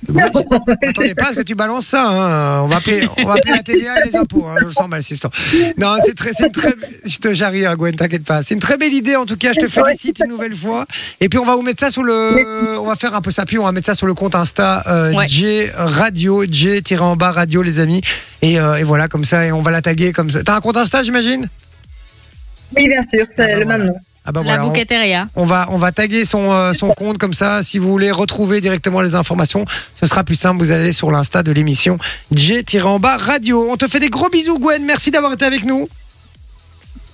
Donc, moi, tu- Attendez pas à ce que tu balances ça. hein. On va appeler, on va appeler la TVA et les impôts. hein. Je le sens mal, c'est Non, c'est très, c'est une très. Je te charrie, hein, Gwen, t'inquiète pas. C'est une très belle idée en tout cas. Je te félicite une nouvelle fois. Et puis on va vous mettre ça sur le. On va faire un peu ça. Puis on va mettre ça sur le compte Insta euh,
Ouais.
J Radio J tiré en bas Radio les amis. Et, euh, et voilà comme ça. Et on va la taguer comme ça. T'as un compte Insta, j'imagine
*laughs* Oui, bien sûr,
ben
c'est le
voilà.
même nom.
Ah bah
La
voilà. on-
bouqueteria.
on va, on va taguer son, euh, son compte comme ça. Si vous voulez retrouver directement les informations, ce sera plus simple. Vous allez sur l'insta de l'émission J-en-bas radio. On te fait des gros bisous, Gwen. Merci d'avoir été avec nous.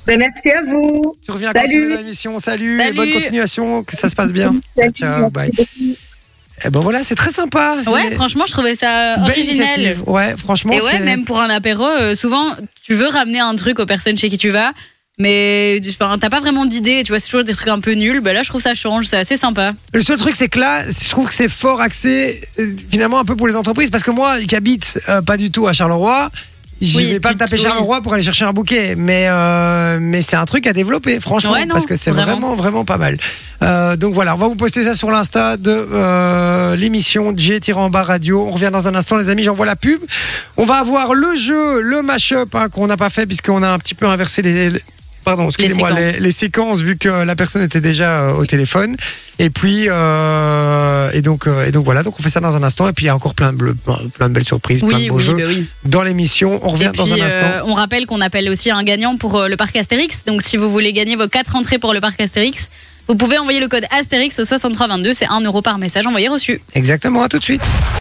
Ben, merci à vous.
Tu reviens
Salut.
quand tu veux dans l'émission. Salut, et
Salut.
bonne continuation. Que ça se passe bien.
Salut,
Ciao,
merci
bye.
beaucoup.
Et ben voilà, c'est très sympa. C'est
Ouais, franchement, je trouvais ça
belle
original.
initiative. Ouais, franchement.
Et ouais,
c'est-
même pour un apéro, euh, souvent, tu veux ramener un truc aux personnes chez qui tu vas, mais tu- enfin, t'as pas vraiment d'idée, tu vois, c'est toujours des trucs un peu nuls. Ben là, je trouve ça change, c'est assez sympa.
Le seul truc, c'est que là, je trouve que c'est fort axé euh, finalement un peu pour les entreprises. Parce que moi, qui habite euh, pas du tout à Charleroi, je
Oui,
vais pas
tu-
me taper
oui.
Charleroi pour aller chercher un bouquet. Mais, euh, mais c'est un truc à développer, franchement.
Ouais, non,
parce que c'est vraiment.
vraiment.
vraiment, pas mal. Euh, donc voilà, on va vous poster ça sur l'Insta de euh, l'émission J-Bas Radio. On revient dans un instant, les amis. J'envoie la pub. On va avoir le jeu, le mash-up hein, qu'on n'a pas fait, puisqu'on a un petit peu inversé les. les- Pardon, excusez-moi, les,
séquences.
les séquences, vu que la personne était déjà euh, au téléphone. Et puis, euh, et donc, euh, et donc voilà, donc on fait ça dans un instant. Et puis il y a encore plein de, bleu- plein, plein de belles surprises, plein de
Oui,
beaux
oui,
jeux
ben oui.
dans l'émission. On revient
Et
dans
puis,
un instant.
euh, on rappelle qu'on appelle aussi un gagnant pour euh, le parc Astérix. Donc, si vous voulez gagner vos 4 entrées pour le parc Astérix, vous pouvez envoyer le code Astérix au 6322. C'est 1 euro par message envoyé reçu.
Exactement, à tout de suite.